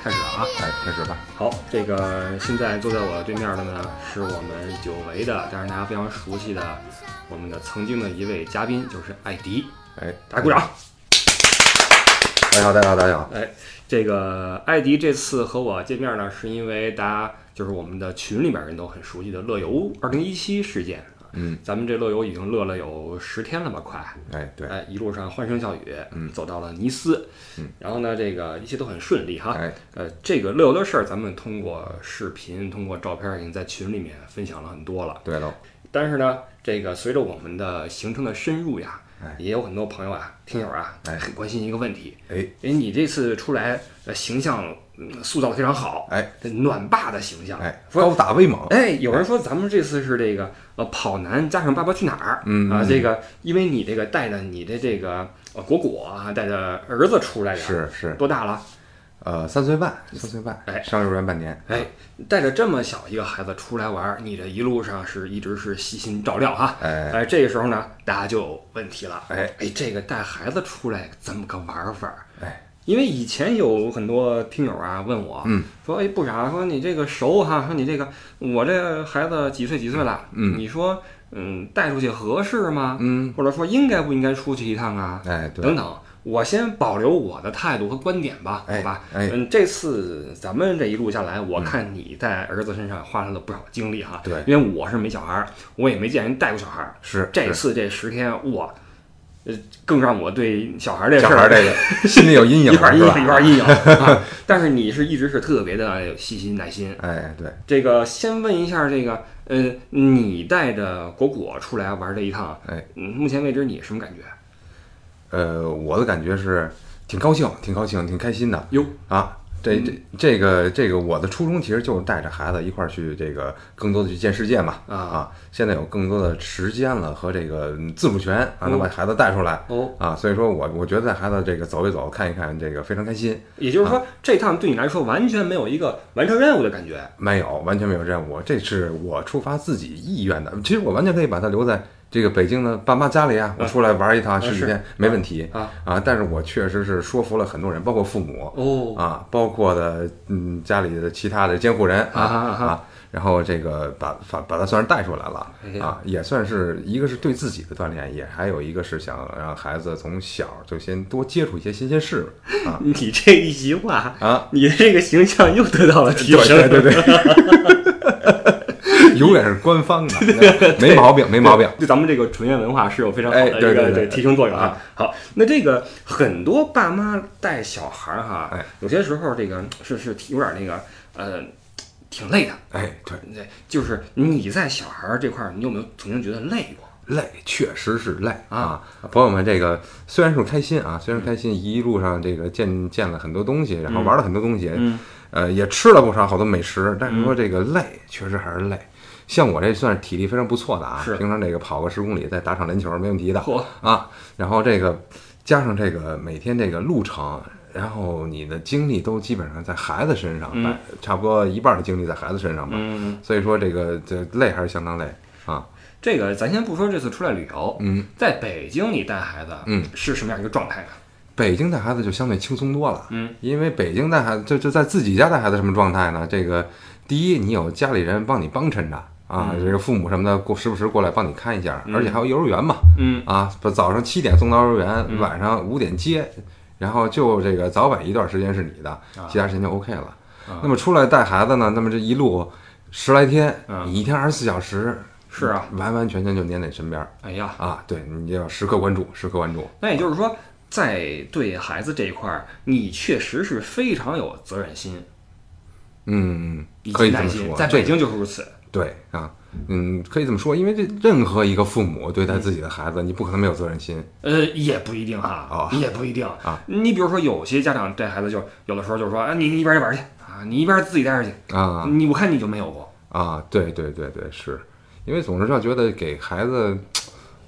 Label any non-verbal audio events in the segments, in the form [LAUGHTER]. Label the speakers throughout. Speaker 1: 开始啊！
Speaker 2: 哎，开始吧。
Speaker 1: 好，这个现在坐在我对面的呢，是我们久违的，但是大家非常熟悉的，我们的曾经的一位嘉宾，就是艾迪。
Speaker 2: 哎，
Speaker 1: 大家鼓掌！
Speaker 2: 大家好，大家好，大家好。
Speaker 1: 哎，这个艾迪这次和我见面呢，是因为大家就是我们的群里边人都很熟悉的乐游二零一七事件啊。
Speaker 2: 嗯，
Speaker 1: 咱们这乐游已经乐了有十天了吧，快。
Speaker 2: 哎，对，
Speaker 1: 哎，一路上欢声笑语，
Speaker 2: 嗯
Speaker 1: 走到了尼斯，
Speaker 2: 嗯，
Speaker 1: 然后呢，这个一切都很顺利哈。
Speaker 2: 哎，
Speaker 1: 呃，这个乐游的事儿，咱们通过视频、通过照片已经在群里面分享了很多了。
Speaker 2: 对喽。
Speaker 1: 但是呢，这个随着我们的行程的深入呀，
Speaker 2: 哎
Speaker 1: 也有很多朋友啊、听友啊，
Speaker 2: 哎
Speaker 1: 很关心一个问题，
Speaker 2: 哎，
Speaker 1: 哎，你这次出来呃形象嗯塑造得非常好，
Speaker 2: 哎，
Speaker 1: 暖爸的形象，
Speaker 2: 哎，
Speaker 1: 说
Speaker 2: 高大威猛。
Speaker 1: 哎，有人说咱们这次是这个呃跑男加上《爸爸去哪儿》
Speaker 2: 嗯
Speaker 1: 啊，这个因为你这个带着你的这个呃果果啊，带着儿子出来的，
Speaker 2: 是是，
Speaker 1: 多大了？
Speaker 2: 呃，三岁半，三岁半，
Speaker 1: 哎
Speaker 2: 上幼儿园半年。
Speaker 1: 哎，带着这么小一个孩子出来玩儿，你这一路上是一直是细心照料哈。
Speaker 2: 哎，
Speaker 1: 哎，这个时候呢，大家就有问题了。
Speaker 2: 哎
Speaker 1: 哎，这个带孩子出来怎么个玩法儿？
Speaker 2: 哎，
Speaker 1: 因为以前有很多听友啊问我，
Speaker 2: 嗯，
Speaker 1: 说哎不傻，说你这个熟哈、说你这个我这孩子几岁几岁了，
Speaker 2: 嗯
Speaker 1: 你说嗯带出去合适吗？
Speaker 2: 嗯，
Speaker 1: 或者说应该不应该出去一趟啊？
Speaker 2: 哎，对，
Speaker 1: 等等，我先保留我的态度和观点吧，
Speaker 2: 哎
Speaker 1: 好吧？
Speaker 2: 哎
Speaker 1: 嗯，这次咱们这一路下来，我看你在儿子身上花了不少精力哈，
Speaker 2: 对
Speaker 1: 因为我是没小孩儿，我也没见人带过小孩儿，
Speaker 2: 是
Speaker 1: 这
Speaker 2: 是
Speaker 1: 次这十天哇，呃，更让我对小孩儿这
Speaker 2: 小
Speaker 1: 事
Speaker 2: 孩
Speaker 1: 儿
Speaker 2: 儿这个心里有阴
Speaker 1: [LAUGHS]
Speaker 2: 影，
Speaker 1: 一块儿
Speaker 2: 是
Speaker 1: 阴
Speaker 2: 吧
Speaker 1: 影，一
Speaker 2: [LAUGHS]
Speaker 1: 块儿阴影啊！但是你是一直是特别的细心耐心。
Speaker 2: 哎，对，
Speaker 1: 这个先问一下，这个呃，你带着果果出来玩这一趟，
Speaker 2: 哎
Speaker 1: 嗯，目前为止你什么感觉？
Speaker 2: 呃，我的感觉是挺高兴，挺高兴，挺开心的。
Speaker 1: 哟，
Speaker 2: 啊，这这
Speaker 1: 嗯
Speaker 2: 这个这个，我的初衷其实就是带着孩子一块儿去这个更多的去见世界嘛
Speaker 1: 啊
Speaker 2: 现在有更多的时间了和这个嗯自主权啊，
Speaker 1: 嗯
Speaker 2: 能把孩子带出来
Speaker 1: 哦，
Speaker 2: 啊，所以说我我觉得带孩子这个走一走看一看这个非常开心，
Speaker 1: 也就是
Speaker 2: 啊
Speaker 1: 说，这趟对你来说完全没有一个完成任务的感觉。
Speaker 2: 没有完全没有任务，这是我触发自己意愿的，其实我完全可以把他留在。这个北京的爸妈家里啊，我出来玩一趟十几
Speaker 1: 是
Speaker 2: 天没问题
Speaker 1: 啊
Speaker 2: 啊，但是我确实是说服了很多人，包括父母，
Speaker 1: 哦，
Speaker 2: 啊，包括的嗯家里的其他的监护人啊
Speaker 1: 啊哈啊哈
Speaker 2: 然后这个把把把他算是带出来了
Speaker 1: 哎呀
Speaker 2: 啊，也算是一个是对自己的锻炼，也还有一个是想让孩子从小就先多接触一些新鲜事物啊
Speaker 1: 你这一席话，
Speaker 2: 啊，
Speaker 1: 你这个形象又得到了提升。
Speaker 2: 对对对对永远是官方的，没毛病没毛病，
Speaker 1: 对咱们这个纯元文化是有非常好的
Speaker 2: 哎
Speaker 1: 一个
Speaker 2: 对对对对
Speaker 1: 提升作用啊
Speaker 2: 啊。
Speaker 1: 好，那这个很多爸妈带小孩儿哈，
Speaker 2: 哎
Speaker 1: 有些时候这个是是有点那个呃挺累的。
Speaker 2: 哎对。
Speaker 1: 对，就是你在小孩儿这块儿，你有没有曾经觉得累过？
Speaker 2: 累，确实是累啊！朋友们，这个虽然是开心啊，虽然开心，一路上这个见见了很多东西，然后玩了很多东西，
Speaker 1: 嗯
Speaker 2: 呃，也吃了不少好多美食，但是说这个累，确实还是累。像我这算是体力非常不错的啊，
Speaker 1: 是
Speaker 2: 平常这个跑个十公里，再打场篮球没问题的
Speaker 1: 嚯
Speaker 2: 啊。然后这个加上这个每天这个路程，然后你的精力都基本上在孩子身上，百差不多一半的精力在孩子身上吧。
Speaker 1: 嗯，
Speaker 2: 所以说这个这累还是相当累啊。
Speaker 1: 这个咱先不说这次出来旅游，
Speaker 2: 嗯，
Speaker 1: 在北京你带孩子，
Speaker 2: 嗯，
Speaker 1: 是什么样一个状态呢？
Speaker 2: 北京带孩子就相对轻松多了，
Speaker 1: 嗯，
Speaker 2: 因为北京带孩子就就在自己家带孩子什么状态呢？这个第一，你有家里人帮你帮衬着啊，
Speaker 1: 嗯
Speaker 2: 这个父母什么的过时不时过来帮你看一下，而且还有幼儿园嘛，
Speaker 1: 嗯，
Speaker 2: 啊，把早上七点送到幼儿园，晚上五点接，然后就这个早晚一段时间是你的，
Speaker 1: 啊
Speaker 2: 其他时间就 OK 了。那么出来带孩子呢，那么这一路十来天，
Speaker 1: 嗯
Speaker 2: 你一天二十四小时，
Speaker 1: 是啊，
Speaker 2: 完完全全就粘在你身边儿
Speaker 1: 哎呀，
Speaker 2: 啊，对你就要时刻关注，时刻关注。
Speaker 1: 那也就是说，在对孩子这一块儿，你确实是非常有责任心，
Speaker 2: 嗯，
Speaker 1: 以
Speaker 2: 可
Speaker 1: 及
Speaker 2: 以这
Speaker 1: 耐
Speaker 2: 么
Speaker 1: 心，
Speaker 2: 说，
Speaker 1: 在
Speaker 2: 这
Speaker 1: 北京就是如此。
Speaker 2: 对啊，嗯，可以这么说，因为这任何一个父母对待自己的孩子，你不可能没有责任心。
Speaker 1: 呃，也不一定哈，
Speaker 2: 哦
Speaker 1: 也不一定
Speaker 2: 啊。
Speaker 1: 你比如说，有些家长带孩子就有的时候就说，啊，你你一边儿玩儿去啊，你一边儿自己待着去。
Speaker 2: 啊
Speaker 1: 你我看你就没有过。
Speaker 2: 啊，对对对对，是因为总是要呃觉得给孩子，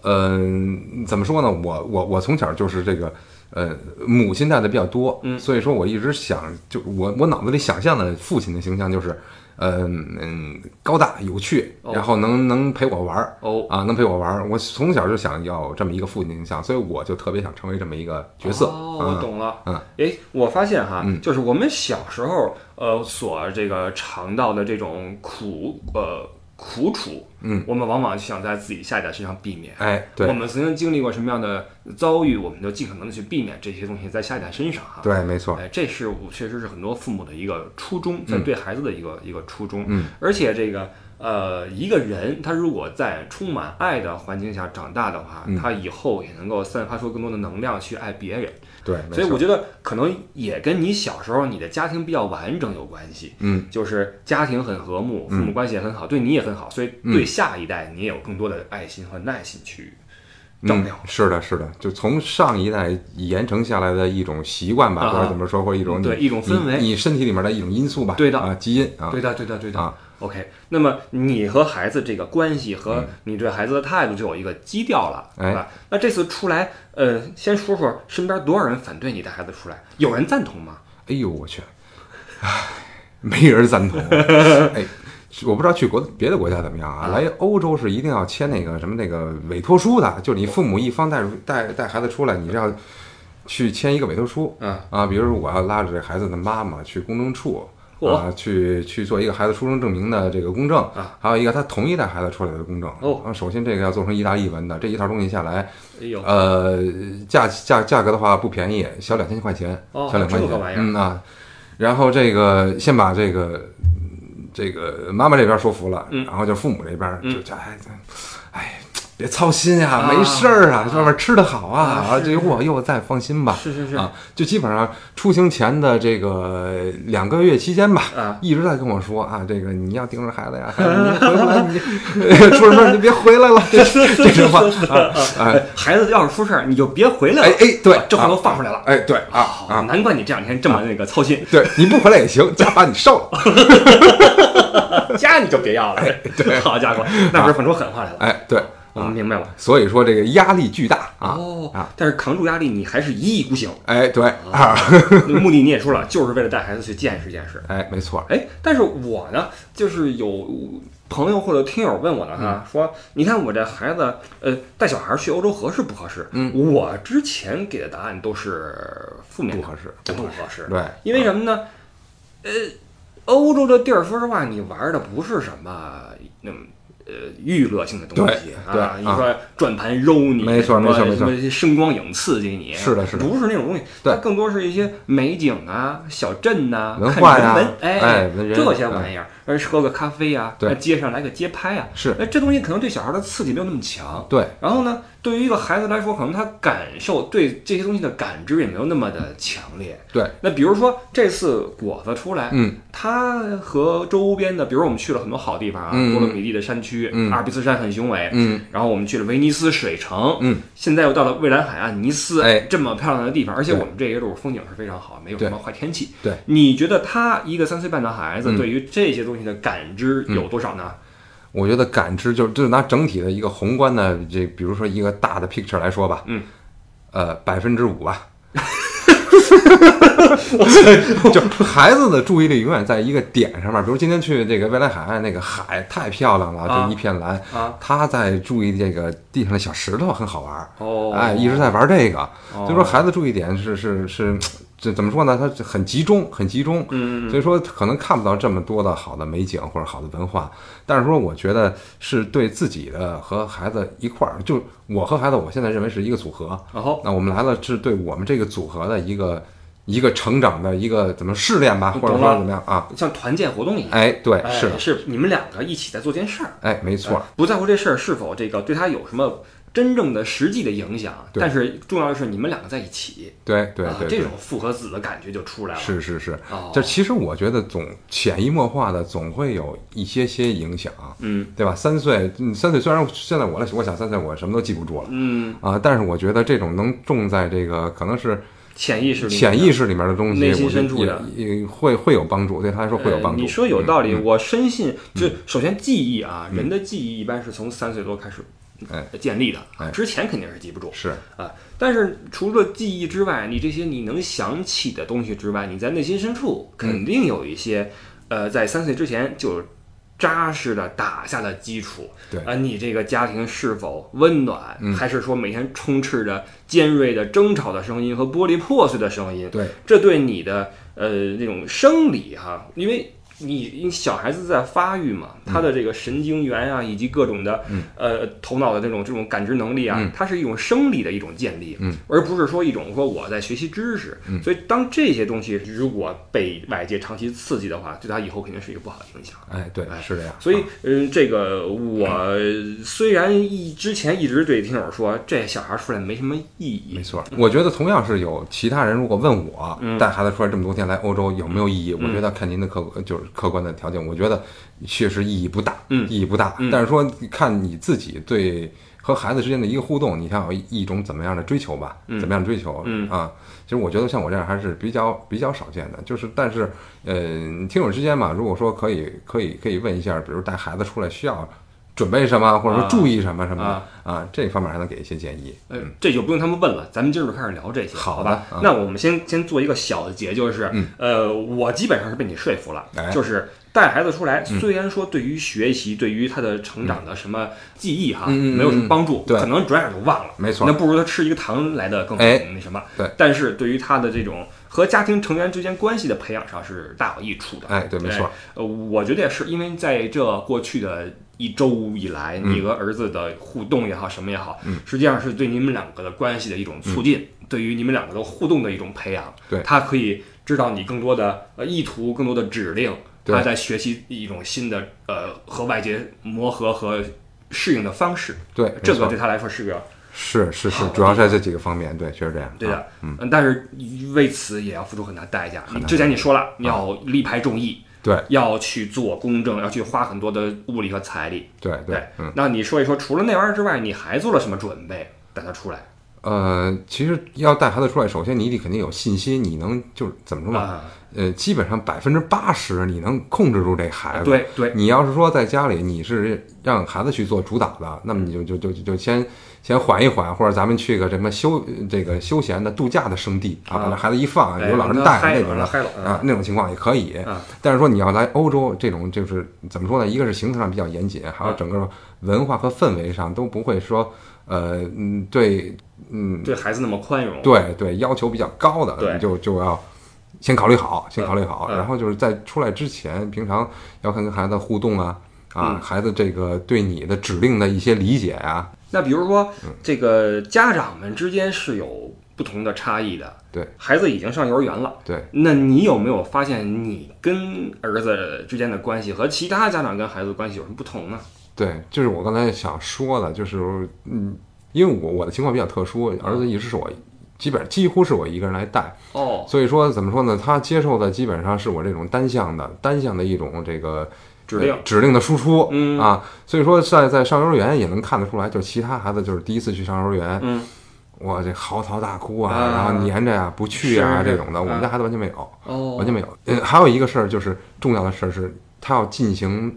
Speaker 2: 嗯、怎么说呢？我我我从小就是这个呃，母亲带的比较多，
Speaker 1: 嗯
Speaker 2: 所以说我一直想，就我我脑子里想象的父亲的形象就是，嗯嗯，高大有趣，
Speaker 1: 哦
Speaker 2: 然后能能陪我玩儿
Speaker 1: 哦，
Speaker 2: 啊，能陪我玩儿。我从小就想要这么一个父亲形象，所以我就特别想成为这么一个角色。
Speaker 1: 哦，
Speaker 2: 嗯
Speaker 1: 我懂了。
Speaker 2: 嗯，
Speaker 1: 哎，我发现哈，
Speaker 2: 嗯
Speaker 1: 就是我们小时候呃所这个尝到的这种苦呃苦楚，
Speaker 2: 嗯，
Speaker 1: 我们往往想在自己下一代身上避免。
Speaker 2: 哎，
Speaker 1: 我
Speaker 2: 对
Speaker 1: 们曾经经历过什么样的遭遇，我们就尽可能的去避免这些东西在下一代身上哈。
Speaker 2: 对，没错，
Speaker 1: 哎，这是我确实是很多父母的一个初衷，在
Speaker 2: 嗯
Speaker 1: 对孩子的一个、一个初衷。
Speaker 2: 嗯，
Speaker 1: 而且这个呃，一个人他如果在充满爱的环境下长大的话，
Speaker 2: 嗯
Speaker 1: 他以后也能够散发出更多的能量去爱别人。
Speaker 2: 对，没
Speaker 1: 所以我
Speaker 2: 错，
Speaker 1: 觉得可能也跟你小时候你的家庭比较完整有关系。
Speaker 2: 嗯，
Speaker 1: 就是家庭很和睦，父母关系也很好，对你也很好，所以
Speaker 2: 嗯
Speaker 1: 对下一代你也有更多的爱心和耐心去照
Speaker 2: 嗯
Speaker 1: 料。，
Speaker 2: 是的，是的，就从上一代延承下来的一种习惯吧，
Speaker 1: 啊
Speaker 2: 或者怎么说，或者一种
Speaker 1: 对一种氛围
Speaker 2: 你你身体里面的一种因素吧，
Speaker 1: 对的
Speaker 2: 啊，基因啊，
Speaker 1: 对的，对的，对的。
Speaker 2: 啊
Speaker 1: OK，那么你和孩子这个关系和你对孩子的态度就有一个基调了，
Speaker 2: 嗯哎
Speaker 1: 对吧？那这次出来，呃，先说说身边多少人反对你带孩子出来，有人赞同吗？
Speaker 2: 哎呦我去，唉，没人赞同。哎，我 [LAUGHS] 不知道去国别的国家怎么样啊？来欧洲是一定要签那个什么那个委托书的，就是你父母一方带带带孩子出来，你是要去签一个委托书
Speaker 1: 嗯，
Speaker 2: 啊。比如说我要拉着这孩子的妈妈去公证处。
Speaker 1: 嚯
Speaker 2: 啊，去去做一个孩子出生证明的这个公证，
Speaker 1: 啊
Speaker 2: 还有一个他同意带孩子出来的公证。
Speaker 1: 哦
Speaker 2: 啊，首先这个要做成意大利文的，这一套东西下来，
Speaker 1: 哎呦，
Speaker 2: 呃，价价价格的话不便宜，小两千块钱，
Speaker 1: 哦
Speaker 2: 小两块
Speaker 1: 这
Speaker 2: 钱，
Speaker 1: 么个玩意儿
Speaker 2: 嗯啊。然后这个先把这个嗯这个妈妈这边说服了，
Speaker 1: 嗯
Speaker 2: 然后就父母这边
Speaker 1: 嗯
Speaker 2: 就这哎哎，别操心呀、
Speaker 1: 啊
Speaker 2: 没事儿啊，外面吃的好啊，
Speaker 1: 啊是
Speaker 2: 这
Speaker 1: 是
Speaker 2: 我又再放心吧。
Speaker 1: 是是是，
Speaker 2: 啊，就基本上出行前的这个两个月期间吧，
Speaker 1: 啊
Speaker 2: 一直在跟我说啊，这个你要盯着孩子呀，孩子你别回来，你
Speaker 1: [LAUGHS]
Speaker 2: 出了事儿你别回来了，这 [LAUGHS] 这种话啊，哎
Speaker 1: 哎孩子要是出事儿，你就别回来了。
Speaker 2: 哎哎，对
Speaker 1: 啊，这话都放出来了
Speaker 2: 啊哎，对啊
Speaker 1: 好
Speaker 2: 啊，
Speaker 1: 难怪你这两天这么那个操心，
Speaker 2: 对，你不回来也行，家把你收了。
Speaker 1: 家你就别要了。好家伙，
Speaker 2: 啊
Speaker 1: 那不是放出狠话来了？
Speaker 2: 哎，对，
Speaker 1: 我明白了。
Speaker 2: 所以说这个压力巨大啊。
Speaker 1: 嗯哦
Speaker 2: 啊，
Speaker 1: 但是扛住压力，你还是一意孤行。
Speaker 2: 哎，对
Speaker 1: 哦
Speaker 2: 啊，
Speaker 1: 目的你也说了，就是为了带孩子去见识见识。
Speaker 2: 哎，没错，
Speaker 1: 哎，但是我呢，就是有朋友或者听友问我呢，
Speaker 2: 嗯
Speaker 1: 哈、说你看我这孩子，呃，带小孩去欧洲合适不合适？
Speaker 2: 嗯，
Speaker 1: 我之前给的答案都是负面
Speaker 2: 不
Speaker 1: 的，
Speaker 2: 合适，
Speaker 1: 不合适，
Speaker 2: 对，
Speaker 1: 因为什么呢？呃，欧洲这地儿，说实话，你玩的不是什么那么。呃，娱乐性的东西
Speaker 2: 对对
Speaker 1: 啊，你
Speaker 2: 啊
Speaker 1: 说转盘揉你，
Speaker 2: 没错
Speaker 1: 什么
Speaker 2: 没错没错
Speaker 1: 什么声光影刺激你，
Speaker 2: 是的是的
Speaker 1: 不是那种东西，
Speaker 2: 对
Speaker 1: 它更多是一些美景啊、小镇呐、
Speaker 2: 文
Speaker 1: 看
Speaker 2: 化
Speaker 1: 人
Speaker 2: 呀
Speaker 1: 文哎
Speaker 2: 哎文人
Speaker 1: 这些玩意儿，而喝个咖啡啊，
Speaker 2: 对
Speaker 1: 在街上来个街拍啊，
Speaker 2: 是
Speaker 1: 哎，这东西可能对小孩的刺激没有那么强。
Speaker 2: 对，
Speaker 1: 然后呢，对于一个孩子来说，可能他感受对这些东西的感知也没有那么的强烈。
Speaker 2: 对，
Speaker 1: 那比如说这次果子出来，
Speaker 2: 嗯，
Speaker 1: 他和周边的，比如我们去了很多好地方啊，
Speaker 2: 嗯
Speaker 1: 波罗米利的山区，
Speaker 2: 嗯
Speaker 1: 阿尔卑斯山很雄伟，
Speaker 2: 嗯，
Speaker 1: 然后我们去了威尼斯水城，
Speaker 2: 嗯，
Speaker 1: 现在又到了蔚蓝海岸尼斯，
Speaker 2: 哎
Speaker 1: 这么漂亮的地方，而且
Speaker 2: 对
Speaker 1: 我们这一路风景是非常好，没有什么坏天气。
Speaker 2: 对，
Speaker 1: 你觉得他一个三岁半的孩子
Speaker 2: 嗯
Speaker 1: 对于这些东西的感知有多少呢？
Speaker 2: 我觉得感知就是就是拿整体的一个宏观的这，比如说一个大的 picture 来说吧，
Speaker 1: 嗯，
Speaker 2: 呃，百分之五
Speaker 1: [LAUGHS]
Speaker 2: 吧。就孩子的注意力永远在一个点上面，比如今天去这个未来海岸，那个海太漂亮了，
Speaker 1: 啊
Speaker 2: 这一片蓝，
Speaker 1: 啊，
Speaker 2: 他在注意这个地上的小石头，很好玩儿。
Speaker 1: 哦，
Speaker 2: 哎，一直在玩这个，所以说
Speaker 1: 哦
Speaker 2: 孩子注意点是是是，这怎么说呢？他很集中，很集中，
Speaker 1: 嗯，
Speaker 2: 所以说可能看不到这么多的好的美景或者好的文化，但是说我觉得是对自己的和孩子一块儿，就是我和孩子，我现在认为是一个组合。
Speaker 1: 然后
Speaker 2: 那我们来了，是对我们这个组合的一个一个成长的一个怎么试炼吧，
Speaker 1: 懂
Speaker 2: 或者
Speaker 1: 了
Speaker 2: 说怎么样啊？
Speaker 1: 像团建活动一样，
Speaker 2: 哎，对，
Speaker 1: 哎
Speaker 2: 是的，
Speaker 1: 是你们两个一起在做件事儿。
Speaker 2: 哎，没错，
Speaker 1: 不在乎这事儿是否这个对他有什么真正的实际的影响，啊
Speaker 2: 对
Speaker 1: 但是重要的是你们两个在一起，
Speaker 2: 对对
Speaker 1: 啊
Speaker 2: 对，
Speaker 1: 这
Speaker 2: 对
Speaker 1: 种父和子的感觉就出来了。
Speaker 2: 是是是。
Speaker 1: 哦，
Speaker 2: 这其实我觉得总潜移默化的总会有一些些影响，
Speaker 1: 嗯
Speaker 2: 对吧？三岁，嗯，三岁虽然现在我来，我想三岁我什么都记不住了
Speaker 1: 嗯，
Speaker 2: 啊，但是我觉得这种能种在这个可能是
Speaker 1: 潜意识里面
Speaker 2: 潜意识里面的东西，
Speaker 1: 内心
Speaker 2: 我觉
Speaker 1: 深处
Speaker 2: 得
Speaker 1: 的
Speaker 2: 也也会会有帮助，对他来说会有帮
Speaker 1: 呃
Speaker 2: 助。
Speaker 1: 你说有道理，
Speaker 2: 嗯，
Speaker 1: 我深信，就
Speaker 2: 嗯
Speaker 1: 首先记忆啊，
Speaker 2: 嗯
Speaker 1: 人的记忆一般是从三岁多开始
Speaker 2: 哎
Speaker 1: 建立的
Speaker 2: 哎，
Speaker 1: 之前肯定是记不住
Speaker 2: 是
Speaker 1: 啊。但是除了记忆之外，你这些你能想起的东西之外，你在内心深处
Speaker 2: 嗯
Speaker 1: 肯定有一些，呃，在三岁之前就扎实的打下了基础。
Speaker 2: 对
Speaker 1: 啊，你这个家庭是否温暖，
Speaker 2: 嗯
Speaker 1: 还是说每天充斥着尖锐的争吵的声音和玻璃破碎的声音？
Speaker 2: 对，
Speaker 1: 这对你的呃那种生理哈，因为你你小孩子在发育嘛，他的这个神经元啊，以及各种的、
Speaker 2: 嗯
Speaker 1: 呃头脑的那种这种感知能力啊，
Speaker 2: 嗯
Speaker 1: 它是一种生理的一种建立，
Speaker 2: 嗯
Speaker 1: 而不是说一种说我在学习知识。
Speaker 2: 嗯
Speaker 1: 所以当这些东西如果被外界长期刺激的话，对他以后肯定是一个不好的影响。
Speaker 2: 哎，对，
Speaker 1: 哎
Speaker 2: 是这样。
Speaker 1: 所以，嗯，这个我虽然一之前一直对听友说这小孩出来没什么意义
Speaker 2: 没，错，我觉得同样是有其他人如果问我
Speaker 1: 嗯
Speaker 2: 带孩子出来这么多天来欧洲有没有意义，我
Speaker 1: 嗯
Speaker 2: 觉得看您的客就是客观的条件，我觉得确实意义不大，
Speaker 1: 嗯
Speaker 2: 意义不大
Speaker 1: 嗯。
Speaker 2: 但是说看你自己对和孩子之间的一个互动，你看有一种怎么样的追求吧，
Speaker 1: 嗯
Speaker 2: 怎么样的追求
Speaker 1: 嗯
Speaker 2: 啊？其实我觉得像我这样还是比较比较少见的，就是但是呃，听友之间嘛，如果说可以可以可以问一下，比如带孩子出来需要准备什么，或者说
Speaker 1: 啊
Speaker 2: 注意什么什么
Speaker 1: 啊
Speaker 2: 的啊，这方面还能给一些建议。
Speaker 1: 呃，这就不用他们问了，咱们今儿就开始聊这些，
Speaker 2: 嗯好
Speaker 1: 好
Speaker 2: 的
Speaker 1: 吧？
Speaker 2: 啊
Speaker 1: 那我们先先做一个小的结，就是、
Speaker 2: 嗯
Speaker 1: 呃，我基本上是被你说服了，
Speaker 2: 哎嗯
Speaker 1: 就是带孩子出来，虽然说对于学习、对于他的成长的什么记忆哈，
Speaker 2: 嗯嗯嗯
Speaker 1: 没有什么帮助，
Speaker 2: 对
Speaker 1: 可能转眼就忘了，
Speaker 2: 没错
Speaker 1: 那不如他吃一个糖来的更
Speaker 2: 哎
Speaker 1: 那什么。
Speaker 2: 对，
Speaker 1: 但是对于他的这种和家庭成员之间关系的培养上是大有益处的。
Speaker 2: 哎，对，没错。
Speaker 1: 呃，我觉得也是，因为在这过去的一周以来，你和儿子的互动也好，什么也好，
Speaker 2: 嗯
Speaker 1: 实际上是对你们两个的关系的一种促进，对于你们两个的互动的一种培养。
Speaker 2: 对
Speaker 1: 他可以知道你更多的呃意图，更多的指令，
Speaker 2: 对
Speaker 1: 他在学习一种新的呃和外界磨合和适应的方式。
Speaker 2: 对，
Speaker 1: 这
Speaker 2: 没错
Speaker 1: 个对他来说是个
Speaker 2: 是是是
Speaker 1: 好，的
Speaker 2: 主要是在这几个方面，对，确实这样。
Speaker 1: 对
Speaker 2: 啊
Speaker 1: 的，嗯，但是为此也要付出很大代价。
Speaker 2: 大啊
Speaker 1: 你之前你说了，要力排众议，
Speaker 2: 对
Speaker 1: 要去做公正，要去花很多的物力和财力。
Speaker 2: 对对，嗯，
Speaker 1: 那你说一说，除了那玩意儿之外，你还做了什么准备带他出来？
Speaker 2: 呃，其实要带孩子出来，首先你得肯定有信心，你能就是怎么说嘛，
Speaker 1: 啊，
Speaker 2: 呃，基本上百分之八十你能控制住这孩子。
Speaker 1: 对对，
Speaker 2: 你要是说在家里你是让孩子去做主导的，那么你就就就就就先先缓一缓，或者咱们去个什么休呃这个休闲的度假的圣地啊，
Speaker 1: 啊
Speaker 2: 把这孩子一放，
Speaker 1: 哎
Speaker 2: 有老人
Speaker 1: 让他
Speaker 2: 带
Speaker 1: 嗨
Speaker 2: 那
Speaker 1: 了
Speaker 2: 种
Speaker 1: 让他
Speaker 2: 的
Speaker 1: 嗨了
Speaker 2: 啊，那种情况也可以。
Speaker 1: 啊
Speaker 2: 但是说你要来欧洲这种，就是怎么说呢？一个是行程上比较严谨，还有
Speaker 1: 嗯
Speaker 2: 整个文化和氛围上都不会说，呃，嗯，对，嗯，
Speaker 1: 对孩子那么宽容，
Speaker 2: 对对，要求比较高
Speaker 1: 对
Speaker 2: 的，你就就要先考虑好，先考虑好，
Speaker 1: 嗯
Speaker 2: 然后就是在出来之前，平常要看跟孩子互动啊，
Speaker 1: 嗯
Speaker 2: 啊，孩子这个对你的指令的一些理解啊，
Speaker 1: 那比如说，这个家长们之间是有不同的差异的。
Speaker 2: 对，
Speaker 1: 孩子已经上幼儿园了，
Speaker 2: 对，
Speaker 1: 那你有没有发现你跟儿子之间的关系和其他家长跟孩子的关系有什么不同呢？
Speaker 2: 对，就是我刚才想说的，就是嗯，因为我我的情况比较特殊，儿子一直是我基本几乎是我一个人来带，
Speaker 1: 哦，
Speaker 2: 所以说怎么说呢？他接受的基本上是我这种单向的、单向的一种这个
Speaker 1: 指令
Speaker 2: 呃指令的输出、
Speaker 1: 嗯
Speaker 2: 啊。所以说在在上幼儿园也能看得出来，就是其他孩子就是第一次去上幼儿园，
Speaker 1: 嗯，
Speaker 2: 哇，这嚎啕大哭啊，
Speaker 1: 啊
Speaker 2: 然后黏着呀、不去啊
Speaker 1: 是是
Speaker 2: 这种的，我们家孩子完全没有，
Speaker 1: 哦，
Speaker 2: 完全没有。嗯，还有一个事儿就是重要的事儿是，他要进行，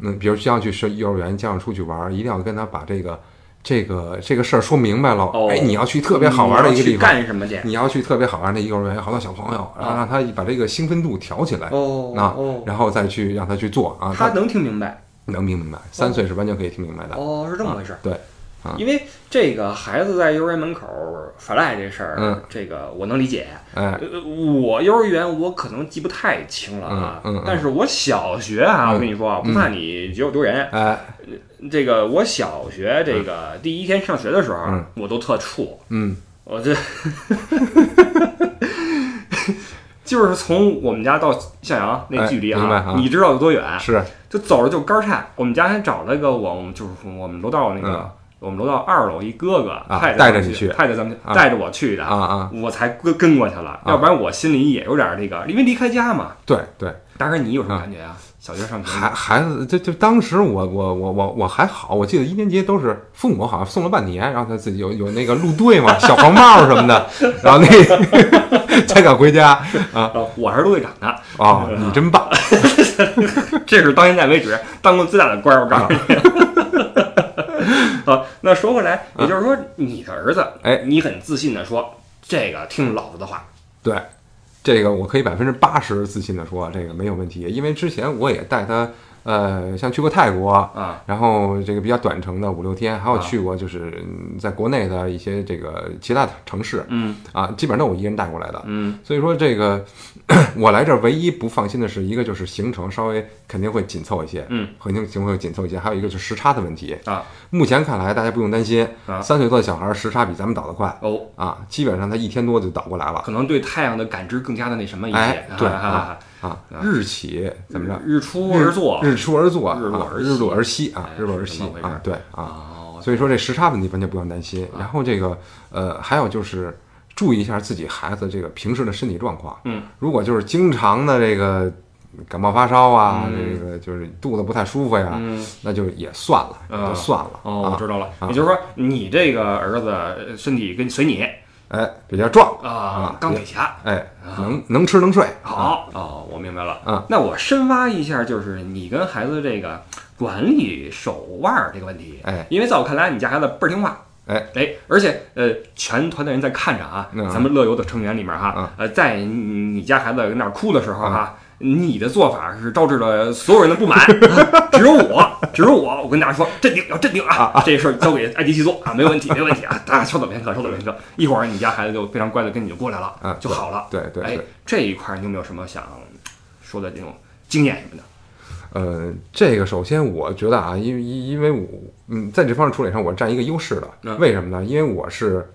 Speaker 2: 嗯，比如像去上幼儿园，家长出去玩儿，一定要跟他把这个这个这个事儿说明白了。
Speaker 1: 哦
Speaker 2: 哎，你要去特别好玩的一个
Speaker 1: 你要
Speaker 2: 地
Speaker 1: 去
Speaker 2: 方。
Speaker 1: 干什么去？
Speaker 2: 你要去特别好玩的幼儿园，有好多小朋友，然后让他把这个兴奋度挑起来，
Speaker 1: 嗯哦
Speaker 2: 啊
Speaker 1: 哦，
Speaker 2: 然后再去让他去做啊，
Speaker 1: 他能听明白
Speaker 2: 能明白，三岁是完全可以听明白的。
Speaker 1: 哦，是这么回事儿。
Speaker 2: 对，啊
Speaker 1: 因为这个孩子在幼儿园门口耍赖这事儿，
Speaker 2: 嗯
Speaker 1: 这个我能理解。
Speaker 2: 哎，
Speaker 1: 呃，我幼儿园我可能记不太清了啊，
Speaker 2: 嗯嗯嗯
Speaker 1: 但是我小学啊，
Speaker 2: 嗯
Speaker 1: 我跟你说啊，不怕你觉得我丢人。
Speaker 2: 哎，
Speaker 1: 这个我小学这个第一天上学的时候，
Speaker 2: 嗯
Speaker 1: 我都特怵，
Speaker 2: 嗯，
Speaker 1: 我
Speaker 2: [LAUGHS]
Speaker 1: 这就是从我们家到向阳那
Speaker 2: 哎
Speaker 1: 距离
Speaker 2: 明白啊
Speaker 1: 你知道有多远？
Speaker 2: 是，
Speaker 1: 就走着就杆儿颤。我们家还找了一个我就是我们楼道那个、
Speaker 2: 嗯
Speaker 1: 我们楼道二楼一哥哥，
Speaker 2: 啊
Speaker 1: 他也
Speaker 2: 带
Speaker 1: 咱
Speaker 2: 着
Speaker 1: 们
Speaker 2: 你
Speaker 1: 去，
Speaker 2: 去
Speaker 1: 他也咱们
Speaker 2: 啊
Speaker 1: 带着我去的
Speaker 2: 啊啊，
Speaker 1: 我才跟跟过去了，要不然我心里也有点那个，因为离开家嘛。
Speaker 2: 对对，
Speaker 1: 大哥，你有什么感觉啊？小学上学
Speaker 2: 孩孩子，这就当时我我我我我还好，我记得一年级都是父母好像送了半年，然后他自己有有那个路
Speaker 1: [LAUGHS]
Speaker 2: 队嘛，小黄帽什么的，然后那 [LAUGHS] 才敢回家啊
Speaker 1: 呃，我还是陆队长呢，
Speaker 2: 啊，你真棒，
Speaker 1: [LAUGHS] 这是到现在为止当过最大的官儿，我告诉你。啊，那说回来，也就是说，你的儿子，
Speaker 2: 哎，
Speaker 1: 你很自信的说，这个听老子的话，
Speaker 2: 对，这个我可以百分之八十自信的说，这个没有问题，因为之前我也带他，呃，像去过泰国
Speaker 1: 啊，
Speaker 2: 然后这个比较短程的五六天，还有去过就是嗯在国内的一些这个其他城市，
Speaker 1: 嗯
Speaker 2: 啊，基本上都我一人带过来的，
Speaker 1: 嗯，
Speaker 2: 所以说这个 [COUGHS] 我来这儿唯一不放心的是，一个就是行程稍微肯定会紧凑一些，
Speaker 1: 嗯，
Speaker 2: 肯定行会紧凑一些，还有一个就是时差的问题。
Speaker 1: 啊
Speaker 2: 目前看来，大家不用担心，
Speaker 1: 啊
Speaker 2: 三岁多的小孩儿时差比咱们倒得快
Speaker 1: 哦，
Speaker 2: 啊，基本上他一天多就倒过来了。
Speaker 1: 可能对太阳的感知更加的那什么一些，
Speaker 2: 哎对
Speaker 1: 啊啊
Speaker 2: 啊，日起怎么着？
Speaker 1: 日出而作，
Speaker 2: 日出而作，
Speaker 1: 哦日落
Speaker 2: 啊
Speaker 1: 而息
Speaker 2: 日落而息啊
Speaker 1: 哎，
Speaker 2: 日落而
Speaker 1: 是
Speaker 2: 息
Speaker 1: 这么回事啊
Speaker 2: 啊，对啊，
Speaker 1: 哦，
Speaker 2: 所以说这时差问题完全不用担心。然后这个呃，还有就是注意一下自己孩子这个平时的身体状况。
Speaker 1: 嗯，
Speaker 2: 如果就是经常的这个感冒发烧啊，
Speaker 1: 嗯
Speaker 2: 这个就是肚子不太舒服呀，
Speaker 1: 嗯。
Speaker 2: 那就也算了，也
Speaker 1: 啊
Speaker 2: 就算了
Speaker 1: 哦，我
Speaker 2: 啊。
Speaker 1: 知道了，也就是说，你这个儿子呃身体跟随你
Speaker 2: 哎，比较壮，
Speaker 1: 啊，钢铁侠，
Speaker 2: 哎，
Speaker 1: 啊
Speaker 2: 能能吃能睡。
Speaker 1: 好哦，我明白了
Speaker 2: 啊。
Speaker 1: 那我深挖一下，就是你跟孩子这个管理手腕儿这个问题。
Speaker 2: 哎，
Speaker 1: 因为在我看来，你家孩子倍儿听话。
Speaker 2: 哎
Speaker 1: 哎，而且呃，全团队人在看着啊，
Speaker 2: 嗯
Speaker 1: 咱们乐游的成员里面哈，
Speaker 2: 嗯
Speaker 1: 呃，在你你家孩子跟那儿哭的时候哈、你的做法是招致了所有人的不满， [LAUGHS] 只有我，只有我，我跟大家说，镇定，要镇定啊！这事儿交给艾迪去做啊，没问题，没问题啊！大家稍等片刻，稍等片刻，一会儿你家孩子就非常乖的跟你就过来了，
Speaker 2: 啊
Speaker 1: 就好了。
Speaker 2: 对对
Speaker 1: 哎
Speaker 2: 对，，
Speaker 1: 这一块儿你有没有什么想说的这种经验什么的？
Speaker 2: 啊呃，这个首先我觉得啊，因为因因为我嗯，在这方面处理上我占一个优势的，
Speaker 1: 嗯
Speaker 2: 为什么呢？因为我是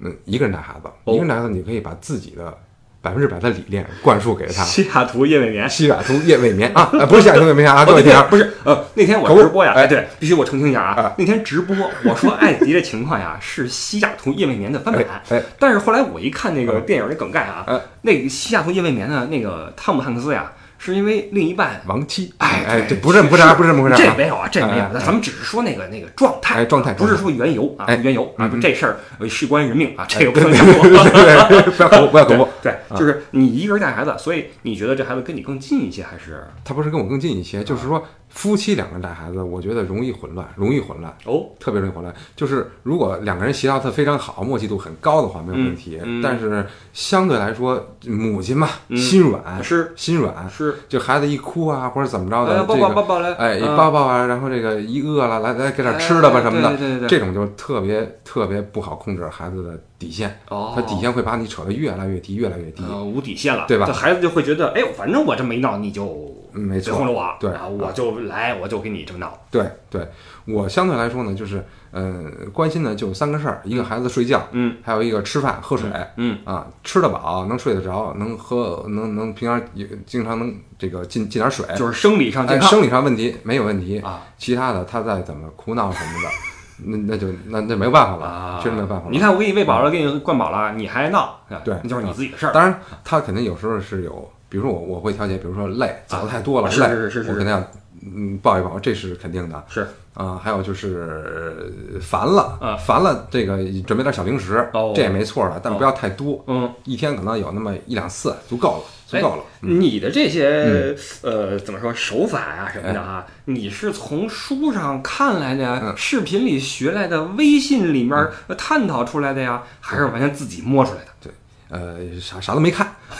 Speaker 2: 嗯一个人带孩子，
Speaker 1: 哦
Speaker 2: 一个人带孩子你可以把自己的百分之百的理念灌输给他。
Speaker 1: 西雅图夜未眠。
Speaker 2: 西雅图夜未眠啊， [LAUGHS] 呃不是西雅图夜未眠啊，各
Speaker 1: 哦，
Speaker 2: 位
Speaker 1: 那
Speaker 2: 听
Speaker 1: 天
Speaker 2: 友，
Speaker 1: 不是，呃，那天我
Speaker 2: 口误
Speaker 1: 直播呀，
Speaker 2: 哎
Speaker 1: 哎，对，必须我澄清一下啊
Speaker 2: 啊，
Speaker 1: 那天直播我说艾迪的情况呀是西雅图夜未眠的翻版
Speaker 2: 哎哎，
Speaker 1: 但是后来我一看那个
Speaker 2: 嗯
Speaker 1: 电影的梗概啊
Speaker 2: 嗯，
Speaker 1: 那个西雅图夜未眠呢，那个汤姆汉克斯呀，是因为另一半，
Speaker 2: 亡妻，
Speaker 1: 哎
Speaker 2: 哎，
Speaker 1: 对
Speaker 2: 这不是不是啊不是这么回事
Speaker 1: 这
Speaker 2: 啊，
Speaker 1: 没有啊，这没有
Speaker 2: 哎，哎
Speaker 1: 咱们只是说那个那个状态，啊
Speaker 2: 哎状态
Speaker 1: 不是说缘由啊，
Speaker 2: 哎
Speaker 1: 缘由啊，
Speaker 2: 嗯嗯哎
Speaker 1: 这事儿呃事关人命啊，这个不能讲过。
Speaker 2: [LAUGHS] 对，不要口误不要口误，
Speaker 1: [LAUGHS] 对，就是你一个人带孩子，所以你觉得这孩子跟你更近一些，还是
Speaker 2: 他不是跟我更近一些，就是说夫妻两个人带孩子，我觉得容易混乱，容易混乱，
Speaker 1: 哦，
Speaker 2: 特别容易混乱。就是如果两个人协调的非常好，默契度很高的话，没有问题。
Speaker 1: 嗯嗯
Speaker 2: 但是相对来说，母亲嘛，
Speaker 1: 嗯
Speaker 2: 心软，
Speaker 1: 是
Speaker 2: 心软，
Speaker 1: 是，
Speaker 2: 就孩子一哭啊，或者怎么着
Speaker 1: 哎
Speaker 2: 的，
Speaker 1: 呀，抱
Speaker 2: 啊这
Speaker 1: 抱抱
Speaker 2: 个
Speaker 1: 抱来，
Speaker 2: 哎一
Speaker 1: 嗯
Speaker 2: 抱抱啊，然后这个一饿了，来来给点吃的吧
Speaker 1: 哎
Speaker 2: 什么的，
Speaker 1: 对对对对，
Speaker 2: 这种就特别特别不好控制孩子的底线，
Speaker 1: 哦，
Speaker 2: 他底线会把你扯得越来越低，越来越低。
Speaker 1: 呃无底线了，
Speaker 2: 对吧
Speaker 1: 这孩子就会觉得，哎，反正我这么一闹，你就
Speaker 2: 嗯没
Speaker 1: 别
Speaker 2: 错
Speaker 1: 哄着我，
Speaker 2: 对
Speaker 1: 啊，我就来，我就给你这么闹，
Speaker 2: 对对，我相对来说呢，就是嗯、呃关心的就三个事儿：一个孩子睡觉，
Speaker 1: 嗯，
Speaker 2: 还有一个吃饭喝水，
Speaker 1: 嗯
Speaker 2: 啊，吃得饱，能睡得着，能喝，能能平常也经常能这个进进点水，
Speaker 1: 就是生理上健
Speaker 2: 哎，
Speaker 1: 康
Speaker 2: 生理上问题没有问题
Speaker 1: 啊，
Speaker 2: 其他的他再怎么哭闹什么的，那那就那那没有办法
Speaker 1: 啊
Speaker 2: 了，，确实没有办法了嗯
Speaker 1: 你。看我给你喂饱了，给你灌饱了，你还闹，是吧
Speaker 2: 对
Speaker 1: 那就是你自己的事儿，
Speaker 2: 当然，他肯定有时候是有，比如说我我会调节，比如说累，早太多了，
Speaker 1: 啊是
Speaker 2: 累，
Speaker 1: 是是是
Speaker 2: 我肯定要嗯抱一抱，这是肯定的。
Speaker 1: 是
Speaker 2: 啊，还有就是呃烦了，
Speaker 1: 啊
Speaker 2: 烦了，这个准备点小零食，
Speaker 1: 哦
Speaker 2: 这也没错的，但
Speaker 1: 哦
Speaker 2: 不要太多，
Speaker 1: 嗯。
Speaker 2: 一天可能有那么一两次，足够了，
Speaker 1: 哎
Speaker 2: 足够了。嗯
Speaker 1: 你的这些、呃怎么说手法啊什么的啊，你是从书上看来的呀，
Speaker 2: 哎嗯
Speaker 1: 视频里学来的，微信里面呃探讨出来的呀，还
Speaker 2: 嗯
Speaker 1: 是完全自己摸出来的？
Speaker 2: 呃，啥啥都没看， [LAUGHS]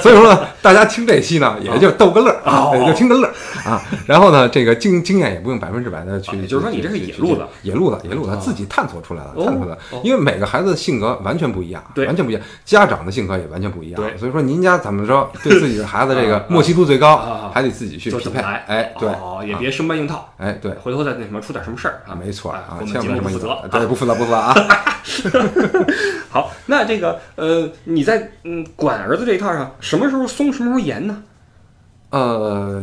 Speaker 2: 所以说呢，大家听这期呢，也就逗个乐儿啊，
Speaker 1: 哦
Speaker 2: 也就听个乐儿啊。然后呢，这个经经验也不用百分之百的去，
Speaker 1: 也啊就是说
Speaker 2: 去
Speaker 1: 你这是
Speaker 2: 去
Speaker 1: 野
Speaker 2: 去
Speaker 1: 路子
Speaker 2: 野路子，野路子
Speaker 1: 哦，
Speaker 2: 自己探索出来的，
Speaker 1: 哦
Speaker 2: 探索的
Speaker 1: 哦。
Speaker 2: 因为每个孩子的性格完全不一样，
Speaker 1: 对
Speaker 2: 完全不一样，家长的性格也完全不一样
Speaker 1: 对。
Speaker 2: 所以说，您家怎么着，对自己的孩子这
Speaker 1: [LAUGHS] 啊
Speaker 2: 个
Speaker 1: 啊
Speaker 2: 默契度最
Speaker 1: 啊
Speaker 2: 高
Speaker 1: 啊，
Speaker 2: 还得自己去
Speaker 1: 就
Speaker 2: 匹
Speaker 1: 怎
Speaker 2: 配。
Speaker 1: 么来？
Speaker 2: 哎，对，
Speaker 1: 哦，也别生搬硬套，
Speaker 2: 哎，对。
Speaker 1: 回头再那什么出点什么事儿啊？
Speaker 2: 没错
Speaker 1: 啊
Speaker 2: 啊，，
Speaker 1: 我们
Speaker 2: 千
Speaker 1: 节
Speaker 2: 万
Speaker 1: 目
Speaker 2: 不
Speaker 1: 不负
Speaker 2: 能
Speaker 1: 责啊。
Speaker 2: 对，不负责，不负责
Speaker 1: [LAUGHS]
Speaker 2: 啊！
Speaker 1: 好，那这个呃，你在嗯管儿子这一套上，什么时候松，什么时候严呢？
Speaker 2: 呃，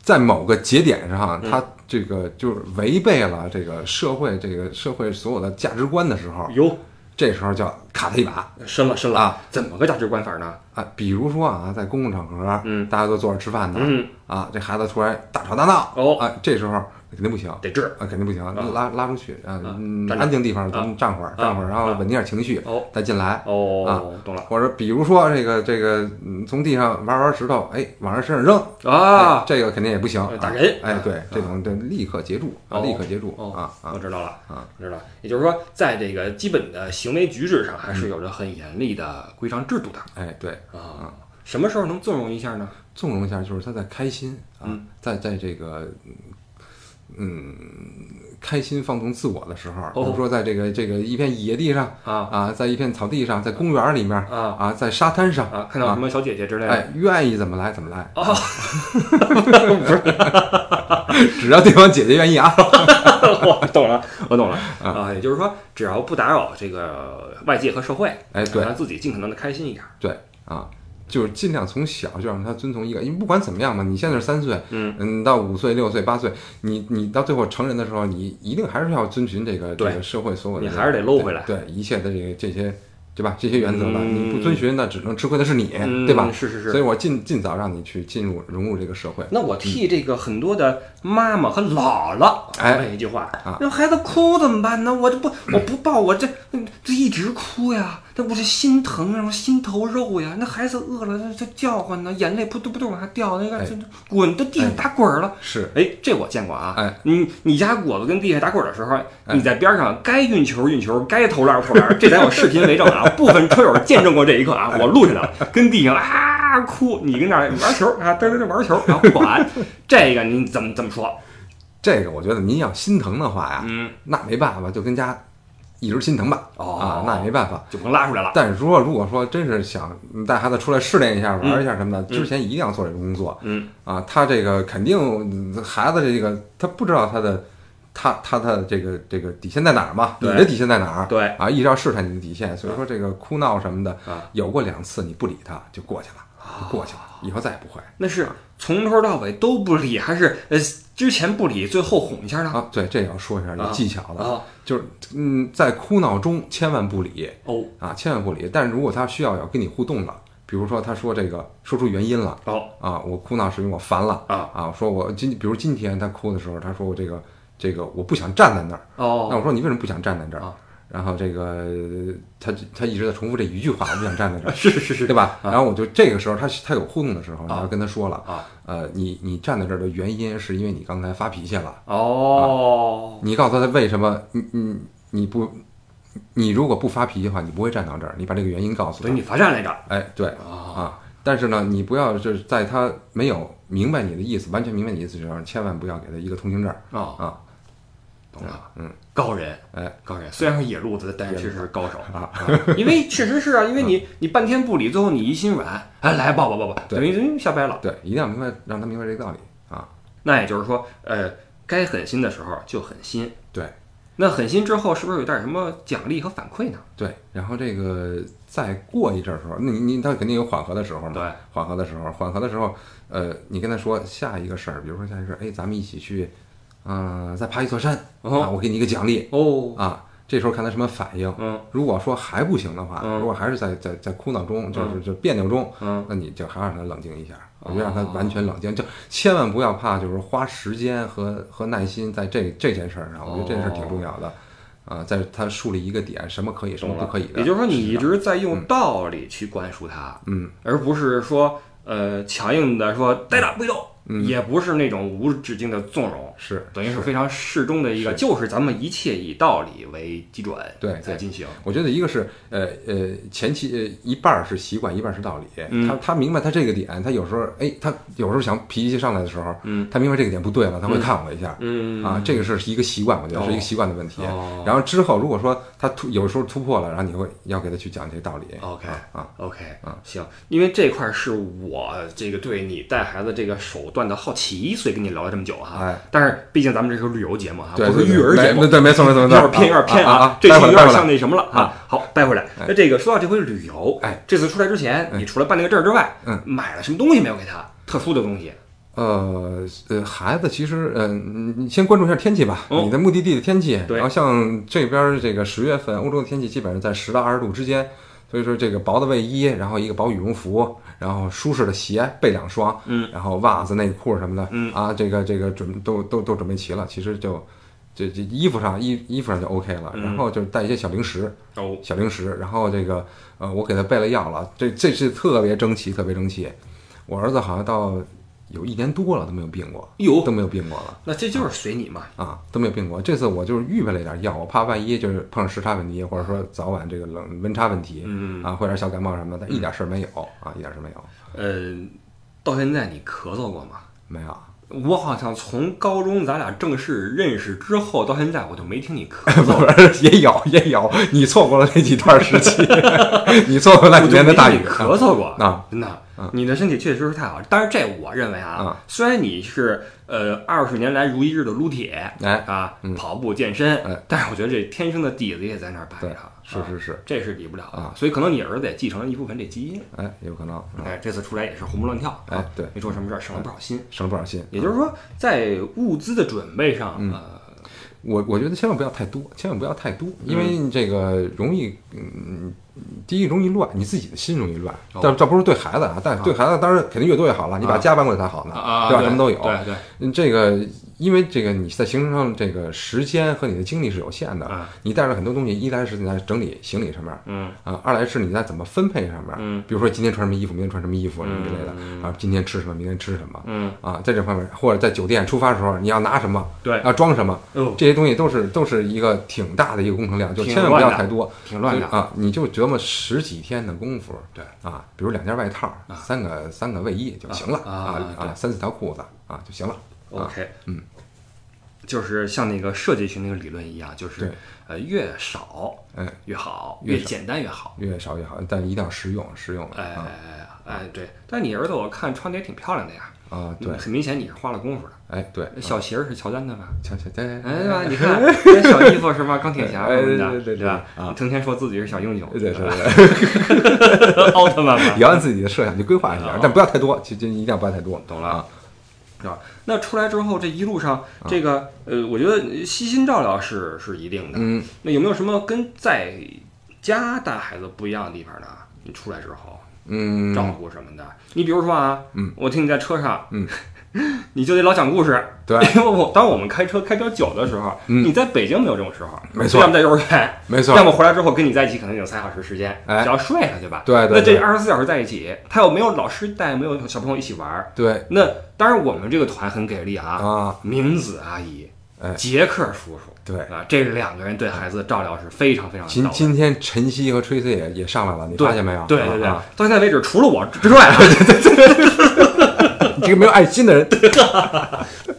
Speaker 2: 在某个节点上，
Speaker 1: 嗯
Speaker 2: 他这个就是
Speaker 1: 嗯
Speaker 2: 违背了这个社会这个社会所有的价值观的时候，
Speaker 1: 有
Speaker 2: 这时候叫卡他一把
Speaker 1: 深了深了
Speaker 2: 啊！
Speaker 1: 怎么个价值观法呢？
Speaker 2: 啊。比如说啊，在公共场合，
Speaker 1: 嗯
Speaker 2: 大家都坐着吃饭呢，
Speaker 1: 嗯，
Speaker 2: 啊，这孩子突然大吵大闹，
Speaker 1: 哦
Speaker 2: 啊，这时候肯定不行。
Speaker 1: 得治
Speaker 2: 啊，肯定不行，拉拉出去啊，嗯
Speaker 1: 站着啊
Speaker 2: 安静地方咱们站会儿，站会儿，然后稳定点情绪
Speaker 1: 哦，
Speaker 2: 再进来。
Speaker 1: 哦，懂了
Speaker 2: 或者比如说这个这个，嗯，从地上玩玩石头，哎，往人身上扔哎
Speaker 1: 啊！
Speaker 2: 这个肯定也不行
Speaker 1: 呃，打人
Speaker 2: 哎，对
Speaker 1: 啊，
Speaker 2: 这种这立刻截住啊，
Speaker 1: 哦
Speaker 2: 立刻截住
Speaker 1: 哦
Speaker 2: 啊啊
Speaker 1: 我，知道了
Speaker 2: 啊，
Speaker 1: 我知道了。也就是说，在这个基本的行为举止上，还
Speaker 2: 嗯
Speaker 1: 是有着很严厉的规章制度的
Speaker 2: 哎，对，
Speaker 1: 啊。什么时候能纵容一下呢？
Speaker 2: 纵容一下，就是他在开心啊
Speaker 1: 嗯，
Speaker 2: 在在这个嗯开心放纵自我的时候，比
Speaker 1: 哦
Speaker 2: 如说在这个这个一片野地上
Speaker 1: 啊
Speaker 2: 啊，在一片草地上，在公园里面
Speaker 1: 啊
Speaker 2: 啊，在沙滩上
Speaker 1: 啊！看到什么小姐姐之类 [LAUGHS] 的，
Speaker 2: 哎，愿意怎么来怎么来，
Speaker 1: 哦，
Speaker 2: 只要对方姐姐愿意啊。
Speaker 1: [LAUGHS] 我懂
Speaker 2: [LAUGHS]
Speaker 1: 了，我懂了啊。也就是说，只要不打扰这个外界和社会，
Speaker 2: 哎对
Speaker 1: 让他自己尽可能的开心一点。
Speaker 2: 对啊，就是尽量从小就让他遵从一个，因为不管怎么样嘛，你现在是三岁，
Speaker 1: 嗯
Speaker 2: 到五岁、六岁、八岁，你你到最后成人的时候，你一定还是要遵循这个这
Speaker 1: 对
Speaker 2: 个社会所有的
Speaker 1: 你
Speaker 2: 这个，
Speaker 1: 还是得搂回来
Speaker 2: 对对一切的这个这些，对吧？这些原则的，
Speaker 1: 嗯
Speaker 2: 你不遵循，那只能吃亏的是你，
Speaker 1: 嗯
Speaker 2: 对吧？
Speaker 1: 是是是
Speaker 2: 所以我尽尽早让你去进入融入这个社会。
Speaker 1: 那我替这个很多的妈妈和姥姥
Speaker 2: 嗯哎
Speaker 1: 问一句话
Speaker 2: 啊：
Speaker 1: 那孩子哭怎么办呢？我这
Speaker 2: [CLEARS THROAT]
Speaker 1: 不我不抱，我这这一直哭呀，那我这心疼啊，我心头肉呀。那孩子饿了，这这叫唤呢，眼泪扑通扑通往下掉，那个
Speaker 2: 哎
Speaker 1: 这这滚到地上打滚儿了。
Speaker 2: 是，
Speaker 1: 哎，这我见过啊！
Speaker 2: 哎，
Speaker 1: 你你家果子跟地下打滚的时候，你在边上该运球运球，该投篮投篮，这咱有视频为证啊！部分车友见证过这一刻啊，我录下来了，跟地上啊哭，你跟那儿玩球啊，嘚嘚嘚玩球，然后不管这个你怎么怎么说？
Speaker 2: 这个我觉得您要心疼的话呀，
Speaker 1: 嗯，
Speaker 2: 那没办法，就跟家一直心疼吧。
Speaker 1: 哦
Speaker 2: 啊，那也没办法。
Speaker 1: 就甭拉出来了。
Speaker 2: 但是说，如果说真是想带孩子出来试炼一下、玩一下什么的，之前一定要做这个工作
Speaker 1: 嗯，
Speaker 2: 啊。他这个肯定嗯孩子这个他不知道他的他他的这个这个底线在哪儿嘛，你
Speaker 1: 对
Speaker 2: 的底线在哪儿？
Speaker 1: 对
Speaker 2: 啊，一直要试探你的底线。所以说这个哭闹什么的
Speaker 1: 啊，
Speaker 2: 有过两次你不理他就过去了，就过去了，以后再也不会
Speaker 1: 那是从头到尾都不理，还是呃之前不理，最后哄一下呢？
Speaker 2: 啊。对，这也要说一下有技巧的，
Speaker 1: 啊
Speaker 2: 就是嗯，在哭闹中千万不理
Speaker 1: 哦
Speaker 2: 啊，千万不理。但是如果他需要要跟你互动了，比如说他说这个说出原因了。
Speaker 1: 哦
Speaker 2: 啊，我哭闹是因为我烦了
Speaker 1: 啊
Speaker 2: 啊，说我今比如今天他哭的时候，他说我这个这个我不想站在那儿，那
Speaker 1: 哦
Speaker 2: 我说你为什么不想站在这儿
Speaker 1: 啊？，
Speaker 2: 然后这个他他一直在重复这一句话，我不想站在这儿
Speaker 1: [LAUGHS] 是啊是是
Speaker 2: 对吧？然后我就这个时候他他有互动的时候，你要跟他说了，
Speaker 1: 啊
Speaker 2: 呃，你你站在这儿的原因是因为你刚才发脾气了，
Speaker 1: 哦
Speaker 2: 你告诉他为什么你你你不。你如果不发脾气的话，你不会站到这儿。你把这个原因告诉
Speaker 1: 所
Speaker 2: 他
Speaker 1: 以。你罚站来着
Speaker 2: 哎，对，
Speaker 1: 啊
Speaker 2: 啊，但是呢，你不要就是在他没有明白你的意思，完全明白你的意思的时候，千万不要给他一个通行证儿
Speaker 1: 啊。
Speaker 2: 啊。
Speaker 1: 懂了，
Speaker 2: 嗯，
Speaker 1: 高人，
Speaker 2: 哎，
Speaker 1: 高人，虽然是野路子，但是确实是高手啊，因为确实是啊，因为你你半天不理，最后你一心软，哎，来抱抱抱抱，
Speaker 2: 对
Speaker 1: 等于等于瞎掰了。
Speaker 2: 对，一定要明白，让他明白这个道理啊。
Speaker 1: 那也就是说，呃，该狠心的时候就狠心，
Speaker 2: 对
Speaker 1: 那狠心之后是不是有点什么奖励和反馈呢？
Speaker 2: 对，然后这个再过一阵儿的时候，那你你他肯定有缓和的时候嘛。
Speaker 1: 对，
Speaker 2: 缓和的时候，缓和的时候，呃，你跟他说下一个事儿，比如说下一个事儿，哎，咱们一起去，嗯、再爬一座山、
Speaker 1: 哦
Speaker 2: 啊，我给你一个奖励
Speaker 1: 哦，
Speaker 2: 啊。这时候看他什么反应。
Speaker 1: 嗯
Speaker 2: 如果说还不行的话，
Speaker 1: 嗯
Speaker 2: 如果还是在在在哭闹中，就是就别扭中，
Speaker 1: 嗯，
Speaker 2: 那你就还要让他冷静一下，我觉得让
Speaker 1: 哦
Speaker 2: 他完全冷静，就千万不要怕，就是花时间和和耐心在这这件事儿上，我觉得这事儿挺重要的，啊，在他树立一个点，什么可以，什么
Speaker 1: 懂
Speaker 2: 不
Speaker 1: 了
Speaker 2: 可以的，
Speaker 1: 哦嗯也就是说，你一直在用道理去灌输他，
Speaker 2: 嗯，
Speaker 1: 而不是说呃强硬的说呆着不许动，也不是那种无止境的纵容，
Speaker 2: 嗯是
Speaker 1: 等于是非常适中的一个，就是咱们一切以道理为基准，
Speaker 2: 对对
Speaker 1: 在进行。
Speaker 2: 我觉得一个是呃呃前期呃一半儿是习惯，一半儿是道理。
Speaker 1: 嗯
Speaker 2: 他他明白他这个点，他有时候哎，他有时候想脾气上来的时候，
Speaker 1: 嗯
Speaker 2: 他明白这个点不对了，他会看我一下。
Speaker 1: 嗯
Speaker 2: 啊，这个是一个习惯，我觉得
Speaker 1: 哦
Speaker 2: 是一个习惯的问题。
Speaker 1: 哦
Speaker 2: 然后之后，如果说他突有时候突破了，然后你会要给他去讲这些道理。
Speaker 1: OK
Speaker 2: 啊
Speaker 1: OK 行，因为这块儿是我这个对你带孩子这个手段的好奇，所以跟你聊了这么久哈。
Speaker 2: 哎
Speaker 1: 但是毕竟咱们这是旅游节目哈，
Speaker 2: 对，
Speaker 1: 啊不是育儿节目
Speaker 2: 对，对，没错没错
Speaker 1: 有
Speaker 2: 没错，
Speaker 1: 点偏有点偏
Speaker 2: 啊啊，
Speaker 1: 这
Speaker 2: 待
Speaker 1: 期
Speaker 2: 会儿
Speaker 1: 有
Speaker 2: 待
Speaker 1: 点
Speaker 2: 会儿
Speaker 1: 像那什么了啊。好，掰回来。那这个说到这回旅游，
Speaker 2: 哎，
Speaker 1: 这次出来之前，你除了办那个证儿之外，
Speaker 2: 嗯，
Speaker 1: 买了什么东西没有给他？特殊的东西？
Speaker 2: 呃呃，孩子其实，呃，你你先关注一下天气吧，
Speaker 1: 哦
Speaker 2: 你的目的地的天气。
Speaker 1: 对
Speaker 2: 然后像这边儿这个十月份，欧洲的天气基本上在十到二十度之间，所以说这个薄的卫衣，然后一个薄羽绒服，然后舒适的鞋备两双，
Speaker 1: 嗯，
Speaker 2: 然后袜子、内裤什么的，
Speaker 1: 嗯
Speaker 2: 啊，这个这个准都都都准备齐了，其实就。这这衣服上衣衣服上就 OK 了，
Speaker 1: 嗯
Speaker 2: 然后就是带一些小零食，
Speaker 1: 哦，
Speaker 2: 小零食，然后这个呃，我给他备了药了，这这是特别争气，特别争气。我儿子好像到有一年多了都没有病过，
Speaker 1: 哟
Speaker 2: 都没有病过了
Speaker 1: 那这就是随你嘛。
Speaker 2: 啊，都没有病过。这次我就是预备了一点药，我怕万一就是碰上时差问题，或者说早晚这个冷温差问题，
Speaker 1: 嗯，
Speaker 2: 啊，或者小感冒什么的，但一点事儿没有啊，一点事儿没有，
Speaker 1: 呃，到现在你咳嗽过吗？
Speaker 2: 没有。 [LAUGHS]
Speaker 1: 我好像从高中咱俩正式认识之后到现在，我就没听你咳
Speaker 2: 哎不
Speaker 1: 嗽，
Speaker 2: 是，也有也有，你错过了那几段时期， [LAUGHS] 你错过那
Speaker 1: 我
Speaker 2: 几
Speaker 1: 就没
Speaker 2: 年的大
Speaker 1: 听
Speaker 2: 雨
Speaker 1: 你咳嗽过
Speaker 2: 啊，
Speaker 1: 真的，你的身体确实是太好。但是这我认为啊
Speaker 2: 啊，
Speaker 1: 虽然你是呃二十年来如一日的撸铁
Speaker 2: 哎，
Speaker 1: 啊，
Speaker 2: 嗯
Speaker 1: 跑步健身
Speaker 2: 哎，
Speaker 1: 但是我觉得这天生的底子也在那儿摆
Speaker 2: 对
Speaker 1: 着，啊，
Speaker 2: 是是是，
Speaker 1: 这是抵不了的
Speaker 2: 啊。
Speaker 1: 所以可能你儿子也继承了一部分这基因。
Speaker 2: 哎，有可能，嗯
Speaker 1: 哎，这次出来也是活蹦乱跳，
Speaker 2: 哎嗯
Speaker 1: 啊，
Speaker 2: 对
Speaker 1: 没出什么事儿，省了不少心。
Speaker 2: 省了不少心。
Speaker 1: 也就是说，在物资的准备上，
Speaker 2: 嗯
Speaker 1: 呃，
Speaker 2: 我我觉得千万不要太多，千万不要太多，
Speaker 1: 嗯
Speaker 2: 因为这个容易，嗯，第一容易乱，你自己的心容易乱。
Speaker 1: 哦
Speaker 2: 但这不是对孩子啊，但对孩子当然肯定越多越好了，你把家搬过来才好呢，
Speaker 1: 啊，
Speaker 2: 吧？什么都有。
Speaker 1: 对对，
Speaker 2: 嗯这个因为这个你在行程上这个时间和你的精力是有限的，
Speaker 1: 啊
Speaker 2: 你带着很多东西，一来是你在整理行李上面，
Speaker 1: 嗯
Speaker 2: 啊，二来是你在怎么分配上面，
Speaker 1: 嗯
Speaker 2: 比如说今天穿什么衣服，明天穿什么衣服什么之类的，啊，今天吃什么，明天吃什么，
Speaker 1: 嗯，
Speaker 2: 啊，在这方面或者在酒店出发的时候你要拿什么，
Speaker 1: 对，
Speaker 2: 要装什么。
Speaker 1: 哦，
Speaker 2: 这些东西都是都是一个挺大的一个工程量，就
Speaker 1: 挺
Speaker 2: 千万不要
Speaker 1: 乱的
Speaker 2: 太多，
Speaker 1: 挺乱的
Speaker 2: 就啊！你就折磨十几天的功夫，
Speaker 1: 对
Speaker 2: 啊，比如两件外套，三个三个卫衣就行了
Speaker 1: 啊
Speaker 2: 啊
Speaker 1: 对
Speaker 2: 啊，三四条裤子啊就行了。啊，
Speaker 1: OK，
Speaker 2: 嗯，
Speaker 1: 就是像那个设计学那个理论一样，就是
Speaker 2: 对
Speaker 1: 呃越少
Speaker 2: 哎，
Speaker 1: 越好，
Speaker 2: 越
Speaker 1: 越简单越好。
Speaker 2: 越少越好，但一定要实用，实用的
Speaker 1: 哎
Speaker 2: 啊
Speaker 1: 哎，对，但你儿子我看穿的也挺漂亮的呀，嗯
Speaker 2: 啊！对，
Speaker 1: 很明显你是花了功夫的。呃
Speaker 2: 哎对，
Speaker 1: 小鞋儿是乔丹的吧？
Speaker 2: 瞧瞧，对
Speaker 1: 哎，对
Speaker 2: [LAUGHS]
Speaker 1: 吧？你看这小衣服是吧？钢铁侠
Speaker 2: 哎
Speaker 1: 什么
Speaker 2: 对
Speaker 1: 的，
Speaker 2: 对对
Speaker 1: 对吧？
Speaker 2: 对啊
Speaker 1: 你成天说自己是小英雄，
Speaker 2: 对对
Speaker 1: 吧 [LAUGHS]
Speaker 2: 对，
Speaker 1: 奥特曼吧
Speaker 2: 也。按自己的设想去规划一
Speaker 1: 啊
Speaker 2: 下，但不要太多，就就一定要不要太多，懂
Speaker 1: 了
Speaker 2: 啊？
Speaker 1: 啊，那出来之后，这一路上，这个呃，我觉得悉心照料是是一定的。
Speaker 2: 嗯，
Speaker 1: 那有没有什么跟在家带孩子不一样的地方呢？你出来之后
Speaker 2: 嗯，
Speaker 1: 照顾什么的？你比如说啊，
Speaker 2: 嗯，
Speaker 1: 我听你在车上，
Speaker 2: 嗯，
Speaker 1: [LAUGHS] 你就得老讲故事。
Speaker 2: 对
Speaker 1: [LAUGHS] 因为我当我们开车开比较久的时候，
Speaker 2: 嗯
Speaker 1: 你在北京没有这种时候，
Speaker 2: 没错
Speaker 1: 要么在幼儿园，
Speaker 2: 没错
Speaker 1: 要，么回来之后跟你在一起，可能有三小时时间，
Speaker 2: 哎
Speaker 1: 只要睡了，对吧？
Speaker 2: 对对
Speaker 1: 那这
Speaker 2: 对
Speaker 1: 二十四小时在一起，他又没有老师带，没有小朋友一起玩儿，
Speaker 2: 对
Speaker 1: 那当然我们这个团很给力啊，
Speaker 2: 啊，
Speaker 1: 明子阿姨、
Speaker 2: 哎
Speaker 1: 杰克叔叔，
Speaker 2: 对。
Speaker 1: 啊，这两个人对孩子的照料是非常非常
Speaker 2: 今
Speaker 1: 到位。
Speaker 2: 今天晨曦和吹 r 也也上来了，你
Speaker 1: 啊对
Speaker 2: 发现没有？
Speaker 1: 对对对，
Speaker 2: 啊
Speaker 1: 到现在为止，除了我之外啊，
Speaker 2: 你这个没有爱心
Speaker 1: [LAUGHS]
Speaker 2: 的人，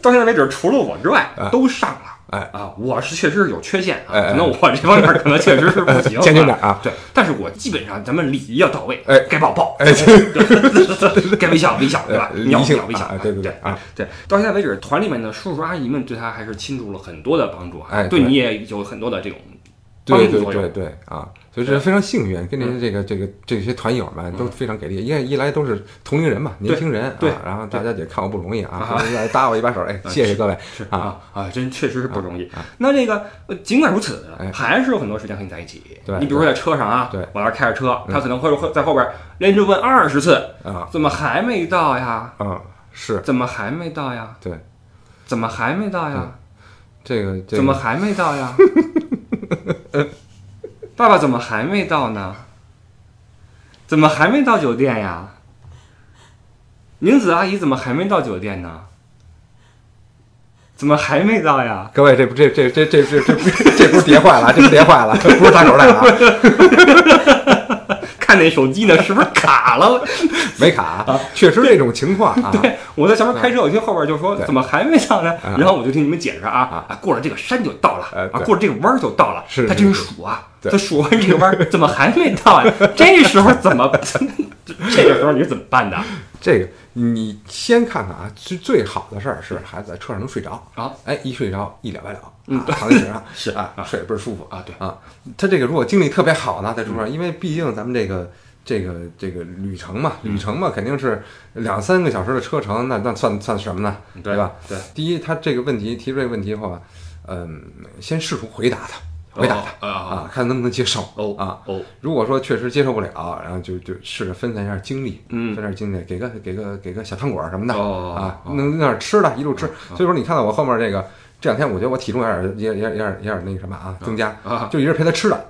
Speaker 1: 到现在为止，除了我之外，都上了。
Speaker 2: 哎
Speaker 1: 啊，我是确实是有缺陷啊，
Speaker 2: 哎哎
Speaker 1: 可能我这方面可能确实是不行，
Speaker 2: [LAUGHS] 坚定点啊！
Speaker 1: 对，但是我基本上咱们礼仪要到位，
Speaker 2: 哎
Speaker 1: 该抱抱，
Speaker 2: 哎
Speaker 1: 对该微笑微笑，对吧？
Speaker 2: 呃
Speaker 1: 你要
Speaker 2: 理性
Speaker 1: 要微笑
Speaker 2: 啊，
Speaker 1: 对
Speaker 2: 对对对啊
Speaker 1: 对。到现在为止，团里面的叔叔阿姨们对他还是倾注了很多的帮助啊，
Speaker 2: 哎
Speaker 1: 对
Speaker 2: 对
Speaker 1: 你也有很多的这种帮
Speaker 2: 对
Speaker 1: 助
Speaker 2: 对
Speaker 1: 作用嗯
Speaker 2: 对对啊！所以这非常幸运，跟您这个这个这些团友们都非常给力，因为一来都是同龄人嘛，年轻人，
Speaker 1: 对嗯
Speaker 2: 啊，然后大家也看我不容易啊， [LAUGHS] 来搭我一把手，
Speaker 1: [LAUGHS]
Speaker 2: 哎，谢谢各位啊！
Speaker 1: 啊啊，真确实是不容易。那这个呃尽管如此
Speaker 2: 哎，
Speaker 1: 还是有很多时间和你在一起。
Speaker 2: 对
Speaker 1: 你比如说在车上啊，
Speaker 2: 对嗯
Speaker 1: 我要是开着车，他可能会会在后边连着问二十次，
Speaker 2: 啊
Speaker 1: 怎么还没到呀？
Speaker 2: 啊，是
Speaker 1: 怎么还没到呀？
Speaker 2: 对
Speaker 1: 怎么还没到呀？
Speaker 2: 这个这
Speaker 1: 怎么
Speaker 2: 个
Speaker 1: 还没到呀？ [LAUGHS] 爸爸怎么还没到呢？怎么还没到酒店呀？明子阿姨怎么还没到酒店呢？怎么还没到呀？
Speaker 2: 各位，这不这这这这这这这不是叠坏了，这不是叠坏了，不是大手带啊，
Speaker 1: [LAUGHS] 看那手机呢，是不是卡
Speaker 2: [LAUGHS]
Speaker 1: 了？
Speaker 2: 没卡，啊确实这种情况啊，
Speaker 1: 对，我在前面开车，我听后边就说
Speaker 2: 对
Speaker 1: 怎么还没到呢？
Speaker 2: 啊
Speaker 1: 然后我就听你们解释啊，啊，过了这个山就到了
Speaker 2: 哎，
Speaker 1: 啊，
Speaker 2: 对
Speaker 1: 过了这个弯儿就到了。
Speaker 2: 是
Speaker 1: 他
Speaker 2: 是
Speaker 1: 真数啊，
Speaker 2: 对
Speaker 1: 他数完这个弯儿，怎么还没
Speaker 2: [LAUGHS]
Speaker 1: 到呀？这时候怎么？ [LAUGHS] 这个时候你是怎么办的？
Speaker 2: 这个你先看看啊，最最好的事儿是孩子在车上能睡着
Speaker 1: 啊，
Speaker 2: 哎，一睡着一了百了，啊，躺在椅子 [LAUGHS] 上
Speaker 1: 是
Speaker 2: 啊，睡得倍儿舒服
Speaker 1: 啊对
Speaker 2: 嗯啊。他这个如果精力特别好呢，在车上，因为毕竟咱们这个这个这个旅程嘛，旅程嘛，肯定是两三个小时的车程，那那算算什么呢？嗯对吧？？
Speaker 1: 对，
Speaker 2: 第一，他这个问题提出这个问题后啊，嗯，先试图回答他，回答他、
Speaker 1: 他啊
Speaker 2: 啊，看能不能接受。
Speaker 1: 哦
Speaker 2: 啊，
Speaker 1: 哦，
Speaker 2: 如果说确实接受不了，然后就就试着分散一下精力，
Speaker 1: 嗯
Speaker 2: 分散一下精力，给个给个给个小汤馆儿什么的、
Speaker 1: 哦
Speaker 2: 啊，
Speaker 1: 哦嗯
Speaker 2: 能那点吃的，一路吃。所以说，你看到我后面这个，这两天我觉得我体重有点也也也点也点那个什么啊，增加，
Speaker 1: 啊
Speaker 2: 就一直陪他吃的，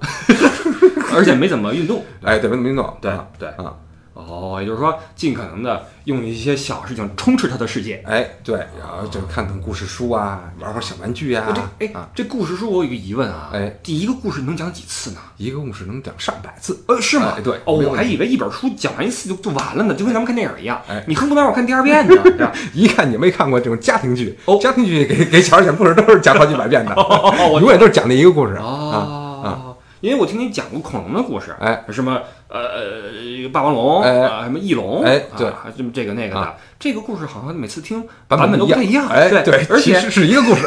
Speaker 1: 而且没怎么运动。
Speaker 2: 哎，对，没弄，
Speaker 1: 嗯对
Speaker 2: 啊
Speaker 1: 对
Speaker 2: 啊，
Speaker 1: 哦，也就是说，尽可能的用一些小事情充斥他的世界。
Speaker 2: 哎，对，然后就看看故事书啊，玩会儿小玩具啊
Speaker 1: 我，这哎
Speaker 2: 啊，，
Speaker 1: 这故事书我有一个疑问啊，
Speaker 2: 哎
Speaker 1: 第一个故事能讲几次呢？
Speaker 2: 一个故事能讲上百字，
Speaker 1: 呃，是吗？
Speaker 2: 哎对
Speaker 1: 哦，
Speaker 2: 没有
Speaker 1: 我还以为一本书讲完一次就就完了呢，就跟咱们看电影一样，
Speaker 2: 哎
Speaker 1: 你恨不得让我看第二遍呢，对吧？
Speaker 2: 一看你没看过这种家庭剧，
Speaker 1: 哦
Speaker 2: 家庭剧给给小孩讲故事都是讲好几百遍的，
Speaker 1: [LAUGHS] 哦我
Speaker 2: 永远都是讲那一个故事啊，
Speaker 1: 哦，因为我听你讲过恐龙的故事，
Speaker 2: 哎，
Speaker 1: 什么呃霸王龙，
Speaker 2: 哎
Speaker 1: 啊什么翼龙，
Speaker 2: 哎
Speaker 1: 啊
Speaker 2: 对
Speaker 1: 还这么这个那个的
Speaker 2: 啊，
Speaker 1: 这个故事好像每次听
Speaker 2: 版
Speaker 1: 本都
Speaker 2: 一
Speaker 1: 不太一样，
Speaker 2: 哎，
Speaker 1: 对，而
Speaker 2: 其
Speaker 1: 且
Speaker 2: 实是一
Speaker 1: [LAUGHS]
Speaker 2: 个故事，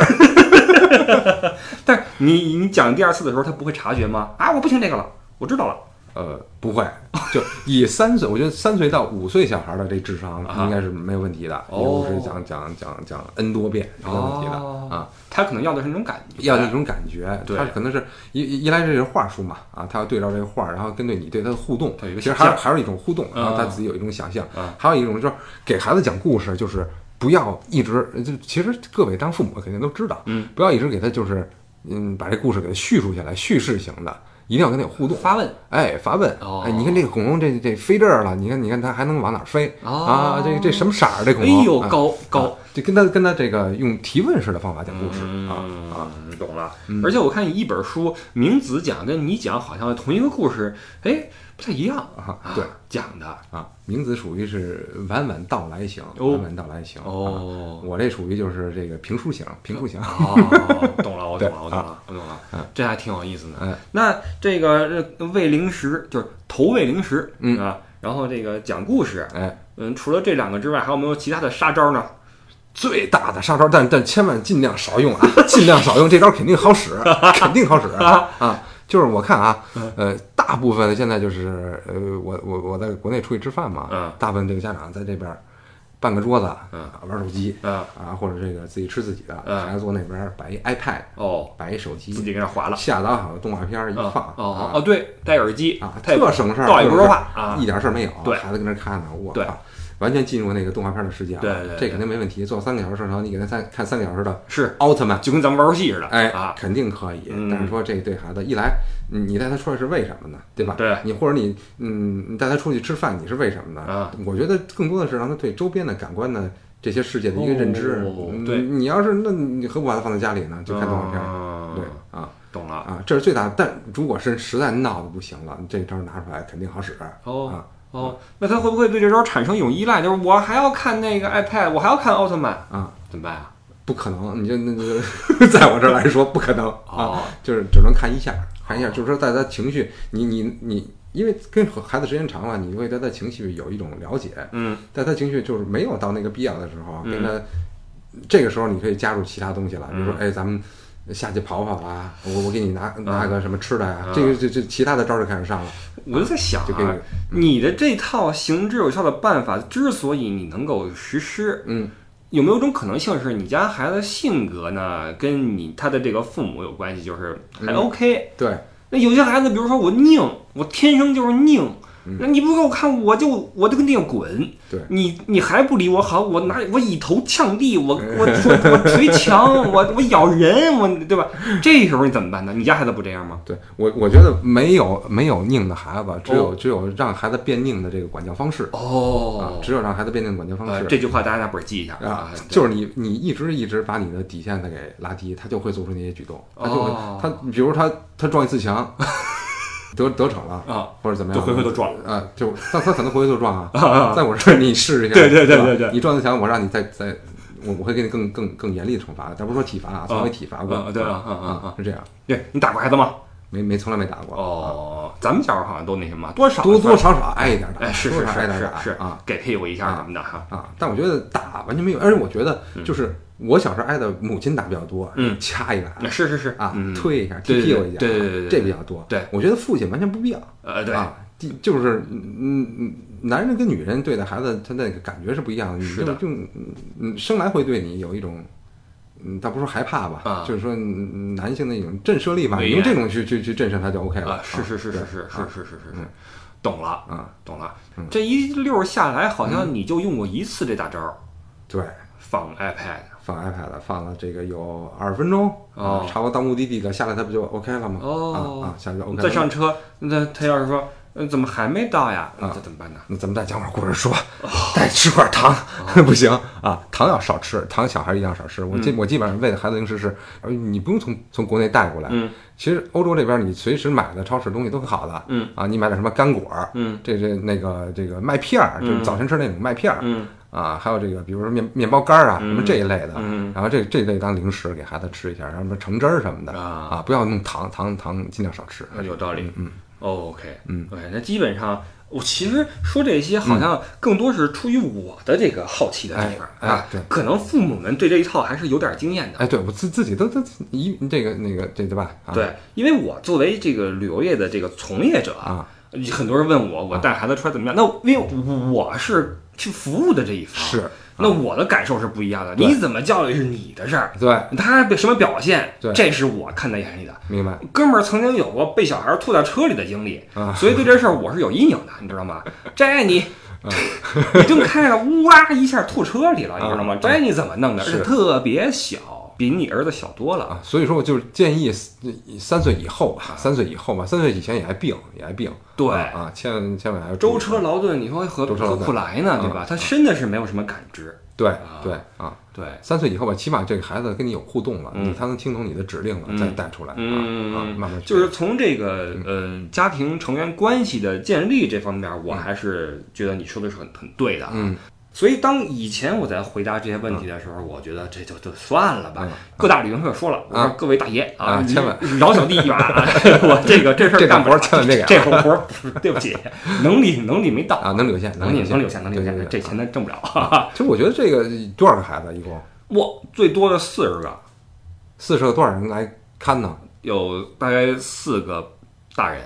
Speaker 1: 但是你你讲第二次的时候，他不会察觉吗？啊，我不听这个了，我知道了，
Speaker 2: 呃，不会，就以三岁，我觉得三岁到五岁小孩的这智商
Speaker 1: 啊
Speaker 2: 应该是没有问题的，
Speaker 1: 哦
Speaker 2: 一个故事讲讲讲讲 n 多遍没有问题的
Speaker 1: 哦
Speaker 2: 啊，
Speaker 1: 他可能要的是那种感觉，
Speaker 2: 要这种感觉，
Speaker 1: 对
Speaker 2: 他可能是一一一来这是画书嘛啊，他要对照这个画，然后跟对你对他的互动，
Speaker 1: 他有一个
Speaker 2: 其实
Speaker 1: 想
Speaker 2: 还
Speaker 1: 象
Speaker 2: 还是一种互动，然后他
Speaker 1: 嗯
Speaker 2: 自己有一种想象，
Speaker 1: 嗯
Speaker 2: 还有一种就是给孩子讲故事，就是不要一直就其实各位当父母肯定都知道，
Speaker 1: 嗯，
Speaker 2: 不要一直给他就是嗯把这故事给他叙述下来，叙事型的，一定要跟他有互动。
Speaker 1: 发问，
Speaker 2: 哎，发问，
Speaker 1: 哦
Speaker 2: 哎，你看这个恐龙这这飞这儿了，你看你看它还能往哪儿飞、
Speaker 1: 哦
Speaker 2: 啊？这这什么色儿这恐
Speaker 1: 哎
Speaker 2: 龙？
Speaker 1: 呦
Speaker 2: 啊
Speaker 1: 高
Speaker 2: 啊
Speaker 1: 高，
Speaker 2: 就跟他跟他这个用提问式的方法讲故事、啊啊，
Speaker 1: 嗯，懂了。而且我看你一本书，明子讲跟你讲好像同一个故事，哎，不太一样
Speaker 2: 啊对
Speaker 1: 讲的
Speaker 2: 啊，名字属于是晚晚到来型，
Speaker 1: 哦
Speaker 2: 晚晚到来型。啊
Speaker 1: 哦。
Speaker 2: 我这属于就是这个评书型，评书型。 [LAUGHS]
Speaker 1: 哦，懂了，我懂了，我懂
Speaker 2: 对啊嗯
Speaker 1: 了，我懂了，这还挺有意思呢。
Speaker 2: 哎
Speaker 1: 那这个呃喂零食就是投喂零食，
Speaker 2: 嗯
Speaker 1: 啊，然后这个讲故事，
Speaker 2: 哎，
Speaker 1: 嗯，除了这两个之外，还有没有其他的杀招呢？
Speaker 2: 最大的杀招，但但千万尽量少用啊， [LAUGHS] 尽量少用，这招肯定好使，肯定好使
Speaker 1: [LAUGHS]
Speaker 2: 啊啊！就是我看啊，
Speaker 1: 嗯
Speaker 2: 呃，大部分现在就是呃，我我我在国内出去吃饭嘛，
Speaker 1: 嗯
Speaker 2: 大部分这个家长在这边儿办个桌子，
Speaker 1: 嗯
Speaker 2: 啊玩手机
Speaker 1: 啊，
Speaker 2: 啊，或者这个自己吃自己的，
Speaker 1: 嗯
Speaker 2: 孩子坐那边儿摆一 iPad，
Speaker 1: 哦，
Speaker 2: 摆一手机，
Speaker 1: 自己跟那划了，
Speaker 2: 下载好的动画片儿一
Speaker 1: 啊
Speaker 2: 放，
Speaker 1: 哦
Speaker 2: 啊
Speaker 1: 哦，对，戴耳机
Speaker 2: 啊，
Speaker 1: 他也
Speaker 2: 特省事儿，
Speaker 1: 倒也不说话
Speaker 2: 就是
Speaker 1: 啊
Speaker 2: 一点事儿没有。
Speaker 1: 对
Speaker 2: 孩子跟那儿看呢，我
Speaker 1: 对
Speaker 2: 靠，完全进入那个动画片的世界啊。
Speaker 1: 对对对
Speaker 2: 这肯定没问题。做三个小时射程，你给他三看三个小时的
Speaker 1: 是
Speaker 2: 奥特曼，
Speaker 1: 就跟咱们玩游戏似的，
Speaker 2: 哎，
Speaker 1: 啊，
Speaker 2: 肯定可以
Speaker 1: 嗯。
Speaker 2: 但是说这对孩子一来，你你带他出来是为什么呢？对吧？
Speaker 1: 对
Speaker 2: 你或者你嗯，你带他出去吃饭，你是为什么呢
Speaker 1: 啊？
Speaker 2: 我觉得更多的是让他对周边的感官的这些世界的一个认知
Speaker 1: 哦。
Speaker 2: 嗯
Speaker 1: 对
Speaker 2: 你要是那你何不把他放在家里呢？就看动画片儿。
Speaker 1: 片
Speaker 2: 对啊。
Speaker 1: 哦懂了。
Speaker 2: 啊，这是最大的。但如果是实在闹得不行了，这招拿出来肯定好使。
Speaker 1: 哦
Speaker 2: 啊
Speaker 1: 哦，那他会不会对这招产生一种依赖？就是我还要看那个 iPad，我还要看奥特曼，
Speaker 2: 啊，
Speaker 1: 怎么办啊？
Speaker 2: 不可能，你就那就在我这儿来说不可能啊，
Speaker 1: 哦，
Speaker 2: 就是只能看一下，看一下，就是说在他情绪，你你你，因为跟孩子时间长了，你会对他情绪有一种了解，
Speaker 1: 嗯，
Speaker 2: 在他情绪就是没有到那个必要的时候，
Speaker 1: 嗯
Speaker 2: 跟他这个时候你可以加入其他东西了，比如说，
Speaker 1: 嗯
Speaker 2: 哎，咱们。下去跑跑啊！我我给你拿拿个什么吃的呀、
Speaker 1: 嗯
Speaker 2: 这个这这其他的招儿就开始上了。
Speaker 1: 我就在想
Speaker 2: 就给你
Speaker 1: 啊，你的这套行之有效的办法，之所以你能够实施，
Speaker 2: 嗯，
Speaker 1: 有没有一种可能性是你家孩子性格呢，跟你他的这个父母有关系？就是还
Speaker 2: 嗯
Speaker 1: OK。
Speaker 2: 对，
Speaker 1: 那有些孩子，比如说我拧，我天生就是拧。那你不给我看，我就我就跟地上滚。
Speaker 2: 嗯对
Speaker 1: 你你还不理我好，我拿我以头呛地，我
Speaker 2: 哎
Speaker 1: 我捶我捶墙，我我咬人，我对吧？这时候你怎么办呢？你家孩子不这样吗？
Speaker 2: 对我，我觉得没有没有拧的孩子，只有、只有让孩子变拧的这个管教方式、啊
Speaker 1: 哦，
Speaker 2: 只有让孩子变拧的管教方
Speaker 1: 呃，
Speaker 2: 式、
Speaker 1: 这句话大家拿本儿记一下
Speaker 2: 啊，
Speaker 1: 对
Speaker 2: 就是你你一直一直把你的底线再给拉低，他就会做出那些举动，他就会、
Speaker 1: 哦
Speaker 2: 他比如他他撞一次墙，得得逞了。
Speaker 1: 啊，
Speaker 2: 或者怎么
Speaker 1: 就
Speaker 2: 样？
Speaker 1: 回回都撞了
Speaker 2: 啊！就但他可能回回都撞
Speaker 1: 啊
Speaker 2: 啊，在我这儿你试一下，
Speaker 1: [LAUGHS] 对对对
Speaker 2: 吧
Speaker 1: 对对
Speaker 2: 你撞一次墙，我让你再再，我我会给你更更更严厉的惩罚，咱不说体罚
Speaker 1: 哦
Speaker 2: 啊，从来没体罚过
Speaker 1: 啊，对啊啊啊啊
Speaker 2: 是这样，
Speaker 1: 对你打过孩子吗？
Speaker 2: 没没从来没打过，
Speaker 1: 哦，咱们小时候好像都那什么，多少
Speaker 2: 啊多多少少挨一点打，
Speaker 1: 哎，是
Speaker 2: 多
Speaker 1: 是
Speaker 2: 少挨
Speaker 1: 是
Speaker 2: 点
Speaker 1: 是
Speaker 2: 打
Speaker 1: 是
Speaker 2: 啊，
Speaker 1: 给屁股一下什么的哈，
Speaker 2: 啊！但我觉得打完全没有，而且我觉得就是我小时候挨的母亲打比较多，
Speaker 1: 嗯
Speaker 2: 掐一下
Speaker 1: 是是是
Speaker 2: 啊，
Speaker 1: 嗯，
Speaker 2: 推一下，踢
Speaker 1: 对
Speaker 2: 屁
Speaker 1: 对
Speaker 2: 股一下，啊
Speaker 1: 对对对对
Speaker 2: 这比较多。
Speaker 1: 对，
Speaker 2: 我觉得父亲完全不必要。
Speaker 1: 呃对，
Speaker 2: 啊，第就是嗯嗯，男人跟女人对待孩子，他那个感觉是不一样的。你
Speaker 1: 是
Speaker 2: 就
Speaker 1: 的
Speaker 2: 就嗯嗯，生来会对你有一种。嗯，倒不是说害怕吧，
Speaker 1: 啊
Speaker 2: 就是说嗯男性的一种震慑力吧，
Speaker 1: 威
Speaker 2: 你
Speaker 1: 严
Speaker 2: 用这种去去去震慑他就 OK 了。
Speaker 1: 啊嗯是是是是是是是是是是，懂了
Speaker 2: 啊，
Speaker 1: 懂了，这一溜儿下来好像你就用过一次这大招儿，
Speaker 2: 对，
Speaker 1: 放 iPad，
Speaker 2: 放 iPad 放了这个有二十分钟啊
Speaker 1: 哦，
Speaker 2: 差不多到目的地了，下来他不就 OK 了吗？
Speaker 1: 哦
Speaker 2: 啊啊，下来就 OK 了。
Speaker 1: 再上车，那他要是说，嗯，怎么还没到呀？那怎么办呢？
Speaker 2: 那咱们再讲会儿故事说，再吃块糖、
Speaker 1: 哦
Speaker 2: [LAUGHS] 不行啊，糖要少吃，糖小孩一定要少吃。我基、
Speaker 1: 嗯
Speaker 2: 我基本上喂的孩子零食是，呃你不用从从国内带过来。
Speaker 1: 嗯
Speaker 2: 其实欧洲这边你随时买的超市东西都很好的。
Speaker 1: 嗯
Speaker 2: 啊，你买点什么干果儿，
Speaker 1: 嗯
Speaker 2: 这这那个这个麦片儿，就是早晨吃那种麦片儿、
Speaker 1: 嗯
Speaker 2: 啊，还有这个比如说面面包干儿啊、什么这一类的，
Speaker 1: 嗯
Speaker 2: 然后这这一类当零食给孩子吃一下，然后什么橙汁儿什么的
Speaker 1: 啊
Speaker 2: 不要弄糖，糖糖尽量少吃。
Speaker 1: 啊有道理。嗯，OK，嗯，OK，那嗯基本上我其实说这些好像更多是出于我的这个好奇的地方
Speaker 2: 哎哎
Speaker 1: 啊
Speaker 2: 对，
Speaker 1: 可能父母们对这一套还是有点经验的。
Speaker 2: 哎，对我自自己都都一这个那个这对吧？啊、
Speaker 1: 对，因为我作为这个旅游业的这个从业者
Speaker 2: 啊，
Speaker 1: 很多人问我，我带孩子出来怎么样？那因为我是去服务的这一方，
Speaker 2: 是，啊
Speaker 1: 那我的感受是不一样的。你怎么教育是你的事儿，
Speaker 2: 对，
Speaker 1: 他什么表现
Speaker 2: 对，
Speaker 1: 这是我看在眼里的。
Speaker 2: 明白。
Speaker 1: 哥们儿曾经有过被小孩吐在车里的经历
Speaker 2: 啊，
Speaker 1: 所以对这事儿我是有阴影的，你知道吗？这你，
Speaker 2: 啊
Speaker 1: [LAUGHS] 你正开着，呜哇一下吐车里了，你知道吗
Speaker 2: 啊？
Speaker 1: 这你怎么弄的？而
Speaker 2: 是
Speaker 1: 且特别小，比你儿子小多了。
Speaker 2: 啊，所以说我就是建议三岁以后吧，三岁以后吧，三岁以前也爱病，也爱病。
Speaker 1: 对
Speaker 2: 啊啊，千万千万还要注意
Speaker 1: 舟车劳顿，你说何
Speaker 2: 舟车劳
Speaker 1: 何
Speaker 2: 顿啊
Speaker 1: 苦来呢？对吧？他真的是没有什么感知。
Speaker 2: 对对啊，
Speaker 1: 对，
Speaker 2: 三岁以后吧，起码这个孩子跟你有互动了，
Speaker 1: 嗯
Speaker 2: 你他能听懂你的指令了，
Speaker 1: 嗯
Speaker 2: 再带出来啊啊，
Speaker 1: 嗯，
Speaker 2: 慢慢去
Speaker 1: 就是从这个
Speaker 2: 嗯
Speaker 1: 呃家庭成员关系的建立这方面，我还是觉得你说的是很很对的啊。
Speaker 2: 嗯
Speaker 1: 所以，当以前我在回答这些问题的时候，我觉得这就就算了吧。
Speaker 2: 嗯
Speaker 1: 各大旅行社说了，我说
Speaker 2: 啊
Speaker 1: 各位大爷
Speaker 2: 啊
Speaker 1: 你
Speaker 2: 千万
Speaker 1: 饶小弟一把 [LAUGHS]
Speaker 2: [LAUGHS]
Speaker 1: 啊，我这个这事
Speaker 2: 这
Speaker 1: 儿
Speaker 2: 种
Speaker 1: 干不
Speaker 2: 活
Speaker 1: 了
Speaker 2: 儿千万别给啊
Speaker 1: 这种活儿不是对不
Speaker 2: [LAUGHS]
Speaker 1: 起，能力能力没到，
Speaker 2: 啊，能力有限，
Speaker 1: 能力
Speaker 2: 力
Speaker 1: 能力有
Speaker 2: 有
Speaker 1: 限，
Speaker 2: 限，
Speaker 1: 能力有限，这
Speaker 2: 对。
Speaker 1: 钱咱挣不了。哈哈
Speaker 2: 其实我觉得这个多少个孩子啊一共
Speaker 1: 我最多的四十个，
Speaker 2: 四十个多少人来看呢？
Speaker 1: 有大概四个大人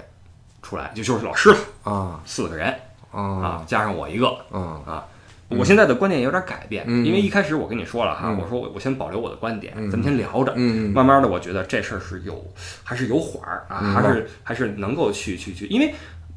Speaker 1: 出来，就就是老师了，
Speaker 2: 啊
Speaker 1: 四个人
Speaker 2: 啊
Speaker 1: 啊，加上我一个，
Speaker 2: 啊
Speaker 1: 啊，我现在的观点有点改变，
Speaker 2: 嗯
Speaker 1: 因为一开始我跟你说了哈，
Speaker 2: 嗯
Speaker 1: 我说我我先保留我的观点，
Speaker 2: 嗯
Speaker 1: 咱们先聊着。
Speaker 2: 嗯
Speaker 1: 慢慢的，我觉得这事儿是有，还是有缓儿啊，
Speaker 2: 明白
Speaker 1: 还是还是能够去去去，因为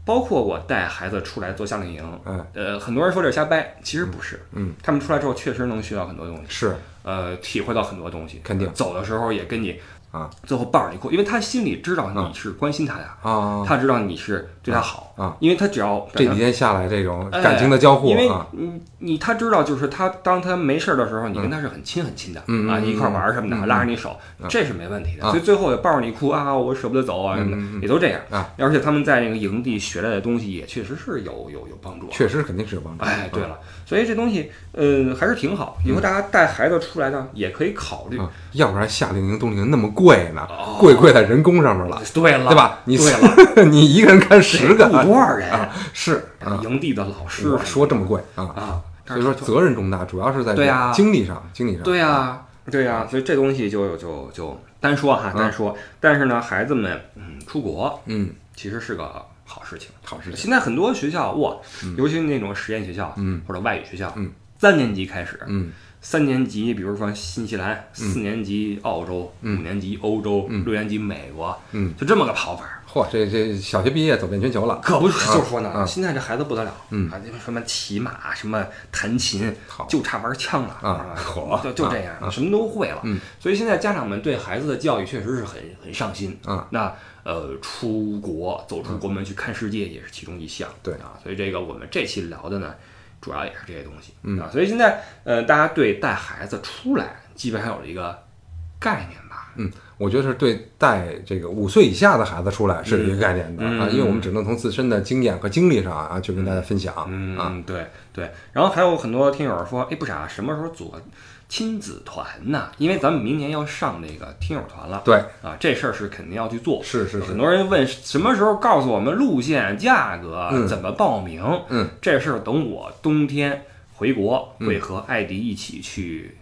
Speaker 1: 包括我带孩子出来做夏令营，
Speaker 2: 嗯
Speaker 1: 呃，很多人说这是瞎掰，其实不是，
Speaker 2: 嗯，
Speaker 1: 他们出来之后确实能学到很多东西，
Speaker 2: 是
Speaker 1: 呃，体会到很多东西，
Speaker 2: 肯定
Speaker 1: 走的时候也跟你
Speaker 2: 啊嗯
Speaker 1: 最后抱着你哭，因为他心里知道你是关心他的，
Speaker 2: 啊，
Speaker 1: 他知道你是对他好
Speaker 2: 啊啊
Speaker 1: 因为他只要
Speaker 2: 这几天下来这种
Speaker 1: 哎
Speaker 2: 感情的交互
Speaker 1: 因为
Speaker 2: 啊，
Speaker 1: 你你他知道，就是他当他没事儿的时候，你跟他是很亲很亲的、
Speaker 2: 嗯
Speaker 1: 啊，
Speaker 2: 嗯
Speaker 1: 一块儿玩儿什么的，
Speaker 2: 嗯
Speaker 1: 拉着你手，这是没问题的。
Speaker 2: 啊
Speaker 1: 所以最后也抱着你哭啊，我舍不得走啊什么的，
Speaker 2: 嗯嗯嗯
Speaker 1: 也都这样
Speaker 2: 啊。
Speaker 1: 而且他们在那个营地学来的东西，也确实是有有有帮助。啊
Speaker 2: 确实肯定是有帮助。
Speaker 1: 哎，对
Speaker 2: 啊
Speaker 1: 了，所以这东西，呃，还是挺好。以后大家带孩子出来呢，也可以考虑。
Speaker 2: 啊，要不然夏令营、冬令营那么贵呢
Speaker 1: 哦，
Speaker 2: 贵贵在人工上面了，
Speaker 1: 对了，
Speaker 2: 对吧？你
Speaker 1: 对了，
Speaker 2: [LAUGHS] 你一个人看十个，
Speaker 1: 雇多少人
Speaker 2: 啊？ [LAUGHS] 是
Speaker 1: 啊
Speaker 2: 啊，
Speaker 1: 营地的老师
Speaker 2: 我说这么贵啊，
Speaker 1: 啊，
Speaker 2: 所以说责任重大，主要是在
Speaker 1: 对啊
Speaker 2: 精力上，精力上。
Speaker 1: 对呀、
Speaker 2: 啊
Speaker 1: 对呀、所以这东西就就就单说哈，
Speaker 2: 嗯
Speaker 1: 单说。但是呢，孩子们嗯出国
Speaker 2: 嗯，
Speaker 1: 其实是个好事情。
Speaker 2: 好事情。
Speaker 1: 现在很多学校哇，尤其那种实验学校，
Speaker 2: 嗯，
Speaker 1: 或者外语学校，
Speaker 2: 嗯，
Speaker 1: 三年级开始，
Speaker 2: 嗯，
Speaker 1: 三年级比如说新西兰，四年级澳洲，
Speaker 2: 嗯
Speaker 1: 五年级欧洲，
Speaker 2: 嗯
Speaker 1: 六年级美国，
Speaker 2: 嗯，
Speaker 1: 就这么个跑法儿。
Speaker 2: 嚯，这这小学毕业走遍全球了，
Speaker 1: 可不是，
Speaker 2: 啊
Speaker 1: 就说呢，
Speaker 2: 啊
Speaker 1: 现在这孩子不得了，
Speaker 2: 嗯
Speaker 1: 啊，什么骑马，什么弹琴
Speaker 2: 好，
Speaker 1: 就差玩枪了
Speaker 2: 啊
Speaker 1: 火，就就这样，什么都会了。
Speaker 2: 嗯
Speaker 1: 所以现在家长们对孩子的教育确实是很很上心
Speaker 2: 啊。
Speaker 1: 那呃，出国走出国门去看世界也是其中一项。
Speaker 2: 对
Speaker 1: 啊，所以这个我们这期聊的呢，主要也是这些东西、
Speaker 2: 嗯
Speaker 1: 啊。所以现在呃，大家对带孩子出来基本上有了一个概念吧。
Speaker 2: 嗯，我觉得是对带这个五岁以下的孩子出来是有一个概念的
Speaker 1: 嗯
Speaker 2: 啊，
Speaker 1: 嗯
Speaker 2: 因为我们只能从自身的经验和经历上啊
Speaker 1: 嗯
Speaker 2: 去跟大家分享啊。
Speaker 1: 嗯，对对。然后还有很多听友说，哎，不傻，什么时候组个亲子团呐，因为咱们明年要上这个听友团了
Speaker 2: 对，
Speaker 1: 啊，这事儿是肯定要去做。
Speaker 2: 是是
Speaker 1: 很
Speaker 2: 是，
Speaker 1: 多人问什么时候告诉我们路线、价格、
Speaker 2: 嗯
Speaker 1: 怎么报名？
Speaker 2: 嗯，
Speaker 1: 这事儿等我冬天回国会和艾迪一起去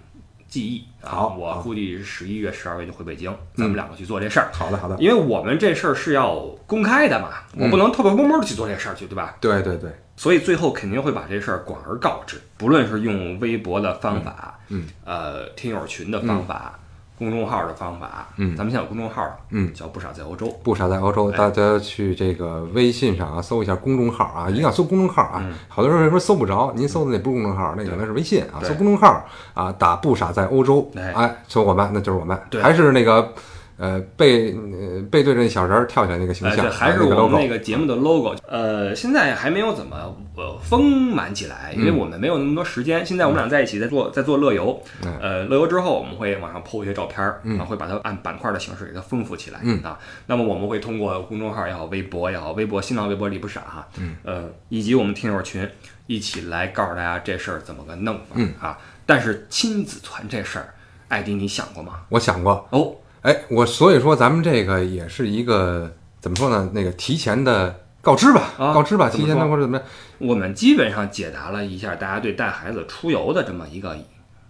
Speaker 1: 记忆、啊。
Speaker 2: 好
Speaker 1: 我
Speaker 2: 好嗯
Speaker 1: 估计十一月、十二月就回北京，咱们两个去做这事儿。
Speaker 2: 好的好的，
Speaker 1: 因为我们这事儿是要公开的嘛，我
Speaker 2: 嗯
Speaker 1: 不能偷偷摸摸的去做这事儿去，对吧？
Speaker 2: 对对对，
Speaker 1: 所以最后肯定会把这事儿广而告之，不论是用微博的方法，
Speaker 2: 嗯，
Speaker 1: 呃，听友群的方法，公众号的方法，
Speaker 2: 嗯
Speaker 1: 咱们现在有公众号了，
Speaker 2: 嗯
Speaker 1: 叫不傻在欧洲，
Speaker 2: 不傻在欧洲，大家去这个微信上啊搜一下公众号啊，一定要搜公众号啊。好多人为什么搜不着？您搜的那不是公众号，那可能是微信啊。
Speaker 1: 嗯对
Speaker 2: 搜公众号啊，打“不傻在欧洲”，
Speaker 1: 哎
Speaker 2: 哎，搜我们，那就是我们
Speaker 1: 对，
Speaker 2: 还是那个呃背呃背对着那小人儿跳起来那个形
Speaker 1: 呃，
Speaker 2: 象，
Speaker 1: 这还
Speaker 2: 啊
Speaker 1: 是
Speaker 2: 那个
Speaker 1: 我们
Speaker 2: logo
Speaker 1: 那。个节目的 logo。呃，现在还没有怎么呃丰满起来，因为我们没有那么多时间。现在我们俩在一起在做在做乐游
Speaker 2: 嗯，
Speaker 1: 呃，乐游之后我们会往上 PO 一些照片儿，然后会把它按板块的形式给它丰富起来
Speaker 2: 嗯
Speaker 1: 啊。那么我们会通过公众号也好，微博也好，微博新浪微博里不傻哈，
Speaker 2: 嗯
Speaker 1: 呃，以及我们听友群一起来告诉大家这事儿怎么个弄
Speaker 2: 嗯
Speaker 1: 法啊。但是亲子团这事儿，艾迪你想过吗？
Speaker 2: 我想过，
Speaker 1: 哦，
Speaker 2: 哎，我所以说咱们这个也是一个怎么说呢？那个提前的告知吧，
Speaker 1: 啊
Speaker 2: 告知吧，
Speaker 1: 怎
Speaker 2: 提
Speaker 1: 么
Speaker 2: 前的
Speaker 1: 说
Speaker 2: 或者怎么样？
Speaker 1: 我们基本上解答了一下大家对带孩子出游的这么一个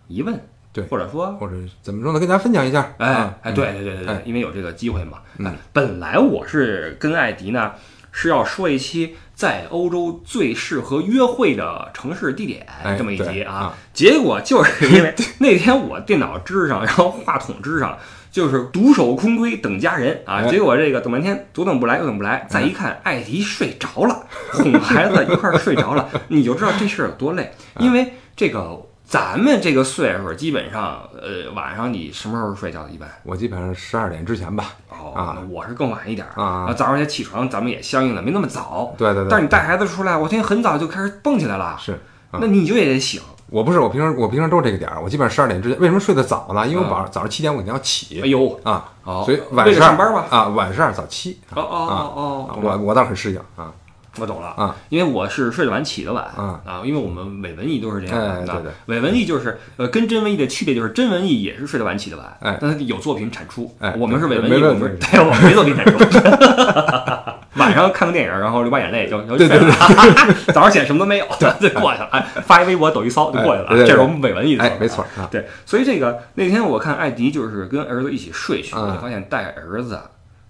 Speaker 1: 疑问，
Speaker 2: 对
Speaker 1: 或者说，
Speaker 2: 或者怎么说呢？跟大家分享一下。
Speaker 1: 哎
Speaker 2: 啊
Speaker 1: 哎，对对对对对
Speaker 2: 哎，嗯
Speaker 1: 因为有这个机会嘛。哎，本来我是跟艾迪呢是要说一期在欧洲最适合约会的城市地点
Speaker 2: 哎
Speaker 1: 这么一集
Speaker 2: 对
Speaker 1: 啊
Speaker 2: 啊，
Speaker 1: 结果就是因
Speaker 2: [LAUGHS]
Speaker 1: 为 [LAUGHS] 那天我电脑支上，然后话筒支上。就是独守空闺等家人啊，
Speaker 2: 哎
Speaker 1: 结果这个等半天，左等不来，右等不来，再一看，艾迪睡着了，哄孩子一块儿睡着了，
Speaker 2: [LAUGHS]
Speaker 1: 你就知道这事儿有多累。
Speaker 2: 哎
Speaker 1: 因为这个咱们这个岁数，基本上，呃，晚上你什么时候睡觉？一般
Speaker 2: 我基本上十二点之前吧。
Speaker 1: 哦，
Speaker 2: 啊
Speaker 1: 那我是更晚一点儿
Speaker 2: 啊
Speaker 1: 早上起来起床，咱们也相应的没那么早。
Speaker 2: 对对对。
Speaker 1: 但是你带孩子出来，我天很早就开始蹦起来了，
Speaker 2: 是，啊
Speaker 1: 那你就也得醒。
Speaker 2: 我不是，我平时我平时都是这个点儿，我基本上十二点之前。为什么睡得早呢？因为我晚上早上七点我肯定要
Speaker 1: 啊哎
Speaker 2: 起
Speaker 1: 呦，
Speaker 2: 啊，
Speaker 1: 哦，
Speaker 2: 所以晚
Speaker 1: 为了
Speaker 2: 上
Speaker 1: 上班吧？
Speaker 2: 啊，晚上早七。
Speaker 1: 哦哦
Speaker 2: 啊
Speaker 1: 哦
Speaker 2: 啊
Speaker 1: 哦，
Speaker 2: 我我倒是很适应啊，
Speaker 1: 我懂了
Speaker 2: 啊，
Speaker 1: 因为我是睡得晚起得晚
Speaker 2: 啊
Speaker 1: 因为我们伪文艺都是这样的，
Speaker 2: 哎
Speaker 1: 吧
Speaker 2: 对对
Speaker 1: 伪文艺就是呃跟真文艺的区别就是真文艺也是睡得晚起得晚，
Speaker 2: 哎
Speaker 1: 但是有作品产出，
Speaker 2: 哎
Speaker 1: 我们是伪文艺，
Speaker 2: 没没
Speaker 1: 我
Speaker 2: 问题
Speaker 1: 们对我们没作品产出，
Speaker 2: [LAUGHS]
Speaker 1: 晚上看个电影，然后流把眼泪就就
Speaker 2: 对对
Speaker 1: 对， [LAUGHS] 早上起来什么都没有， [LAUGHS] 就过去了，哎，发一微博抖一骚就过去了，
Speaker 2: 哎对对
Speaker 1: 这是我们伪文艺的做法，
Speaker 2: 哎，没错啊，
Speaker 1: 对，所以这个那天我看艾迪就是跟儿子一起睡去，
Speaker 2: 嗯
Speaker 1: 我就发现带儿子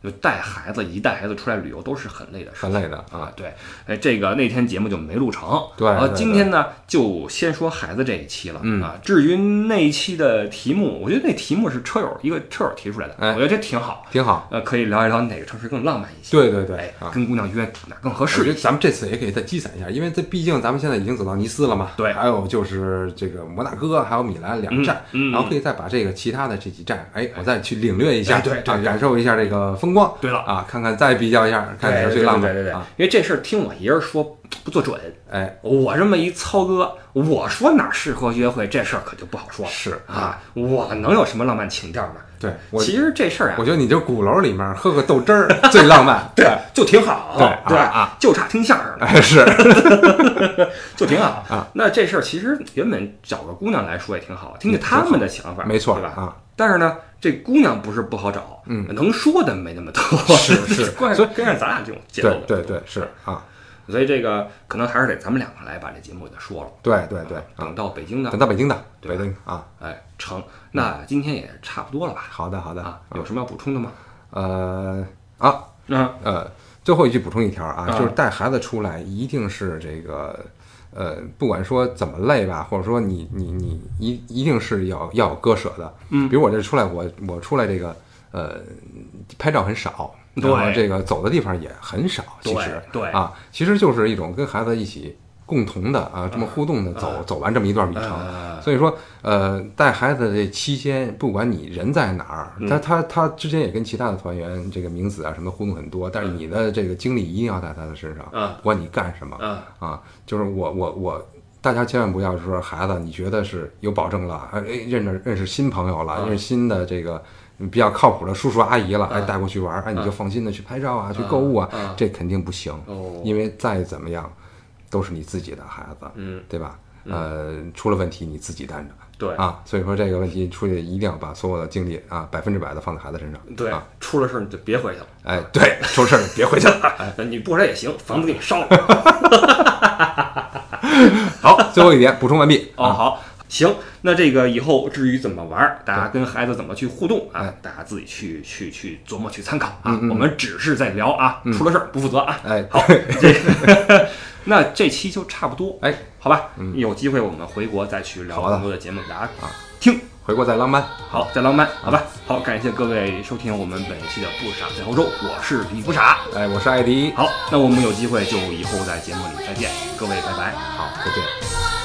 Speaker 1: 就带孩子一带孩子出来旅游都是很累的事
Speaker 2: 很
Speaker 1: 情。
Speaker 2: 累的啊
Speaker 1: 啊，，对，哎，这个那天节目就没录成，
Speaker 2: 对
Speaker 1: 然后
Speaker 2: 对
Speaker 1: 今
Speaker 2: 对
Speaker 1: 天呢，就先说孩子这一期了、
Speaker 2: 嗯
Speaker 1: 啊。至于那一期的题目，我觉得那题目是车友一个车友提出来的，
Speaker 2: 哎
Speaker 1: 我觉得这挺好，
Speaker 2: 挺好。
Speaker 1: 呃，可以聊一聊哪个城市更浪漫一些，
Speaker 2: 对对对
Speaker 1: 哎，
Speaker 2: 啊，
Speaker 1: 跟姑娘约哪更合
Speaker 2: 我觉
Speaker 1: 适？
Speaker 2: 得咱们这次也可以再积攒一下，因为这毕竟咱们现在已经走到尼斯了嘛，
Speaker 1: 对
Speaker 2: 还有就是这个摩纳哥，还有米兰两站，
Speaker 1: 嗯嗯
Speaker 2: 然后可以再把这个其他的这几站，哎，我再去领略一
Speaker 1: 哎
Speaker 2: 下，
Speaker 1: 对对
Speaker 2: 啊
Speaker 1: 对
Speaker 2: 感受一下这个风光，
Speaker 1: 对了
Speaker 2: 啊，看看再比较一下，看哪个
Speaker 1: 哎对
Speaker 2: 最
Speaker 1: 对
Speaker 2: 浪
Speaker 1: 对
Speaker 2: 漫，
Speaker 1: 对对对
Speaker 2: 啊，，
Speaker 1: 因为这事儿听我一人说不做准，
Speaker 2: 哎，
Speaker 1: 我这么一操哥，我说哪儿适合约会这事儿可就不好说了
Speaker 2: 是
Speaker 1: 啊，我能有什么浪漫情调呢？
Speaker 2: 对我
Speaker 1: 其实这事儿啊
Speaker 2: 我，觉得你就鼓楼里面喝个
Speaker 1: [LAUGHS]
Speaker 2: 豆汁儿最浪漫，
Speaker 1: 对，就挺好，
Speaker 2: 对
Speaker 1: 对
Speaker 2: 啊啊，
Speaker 1: 就差听相声了，
Speaker 2: 哎是，
Speaker 1: 就挺好
Speaker 2: 啊。
Speaker 1: 那这事儿其实原本找个姑娘来说也挺好，听听他们的想法，
Speaker 2: 嗯没错
Speaker 1: 对吧？
Speaker 2: 啊，
Speaker 1: 但是呢，这姑娘不是不好找，嗯，能说的没那么多，
Speaker 2: 是
Speaker 1: [LAUGHS]
Speaker 2: 是
Speaker 1: 关键跟上咱俩这种节奏
Speaker 2: 对，对对是啊，
Speaker 1: 所以这个可能还是得咱们两个来把这节目给说了。
Speaker 2: 对对对啊，
Speaker 1: 等到北京的
Speaker 2: 等到北京的
Speaker 1: 对吧
Speaker 2: 北京啊，
Speaker 1: 哎，成，那今天也差不多了吧？
Speaker 2: 好的好的
Speaker 1: 啊，，有什么要补充的吗？
Speaker 2: 呃啊
Speaker 1: 啊，
Speaker 2: 呃，最后一句补充一条啊
Speaker 1: 啊，
Speaker 2: 就是带孩子出来一定是这个。呃，不管说怎么累吧，或者说你你你一一定是要要有割舍的。
Speaker 1: 嗯
Speaker 2: 比如我这出来，我我出来这个呃，拍照很少，然
Speaker 1: 对
Speaker 2: 后这个走的地方也很少。其
Speaker 1: 对
Speaker 2: 实
Speaker 1: 对
Speaker 2: 啊，其实就是一种跟孩子一起共同的啊，这么互动的走、走完这么一段旅程。
Speaker 1: 呃
Speaker 2: 所以说，呃，带孩子这期间，不管你人在哪儿，
Speaker 1: 嗯
Speaker 2: 他他他之间也跟其他的团员这个名字啊什么的互动很多，但是你的这个精力一定要在他的身上，
Speaker 1: 嗯
Speaker 2: 不管你干什么
Speaker 1: 嗯
Speaker 2: 啊，就是我我我，大家千万不要说孩子，你觉得是有保证了，哎，认识认识新朋友
Speaker 1: 嗯
Speaker 2: 了，认识新的这个。比较靠谱的叔叔阿姨了，哎，带过去玩儿，哎，你就放心的去拍照啊，去购物啊
Speaker 1: 嗯，
Speaker 2: 这肯定不行
Speaker 1: 哦，
Speaker 2: 因为再怎么样，都是你自己的孩子，
Speaker 1: 嗯，
Speaker 2: 对吧？呃，出了问题你自己担着，
Speaker 1: 对
Speaker 2: 啊，所以说这个问题出去一定要把所有的精力啊百分之百的放在孩子身上。
Speaker 1: 对
Speaker 2: 啊，，
Speaker 1: 出了事儿你就别回去了。
Speaker 2: 哎，对，出事儿别回去了。
Speaker 1: [LAUGHS] 哎，你不回来也行，房子给你烧
Speaker 2: 啊
Speaker 1: 了。
Speaker 2: 好，最后一点补充完毕。
Speaker 1: 哦，好，行，那这个以后至于怎么玩儿，大家跟孩子怎么去互动啊
Speaker 2: 哎，嗯
Speaker 1: 大家自己去去去琢磨去参考啊。我们只是在聊啊，出了事儿不负责
Speaker 2: [LAUGHS]
Speaker 1: 啊。
Speaker 2: 哎，
Speaker 1: 好，这个那这期就差不多，
Speaker 2: 哎，
Speaker 1: 好吧？有机会我们回国再去聊
Speaker 2: 好的啊
Speaker 1: 更多的节目给大家听。
Speaker 2: 回国再浪漫。
Speaker 1: 好，再浪漫，好吧？好，感谢各位收听我们本期的《不傻在欧洲》，我是李不傻。
Speaker 2: 哎，我是艾迪。
Speaker 1: 好，那我们有机会就以后在节目里再见，各位拜拜。
Speaker 2: 好，再见。
Speaker 3: Thank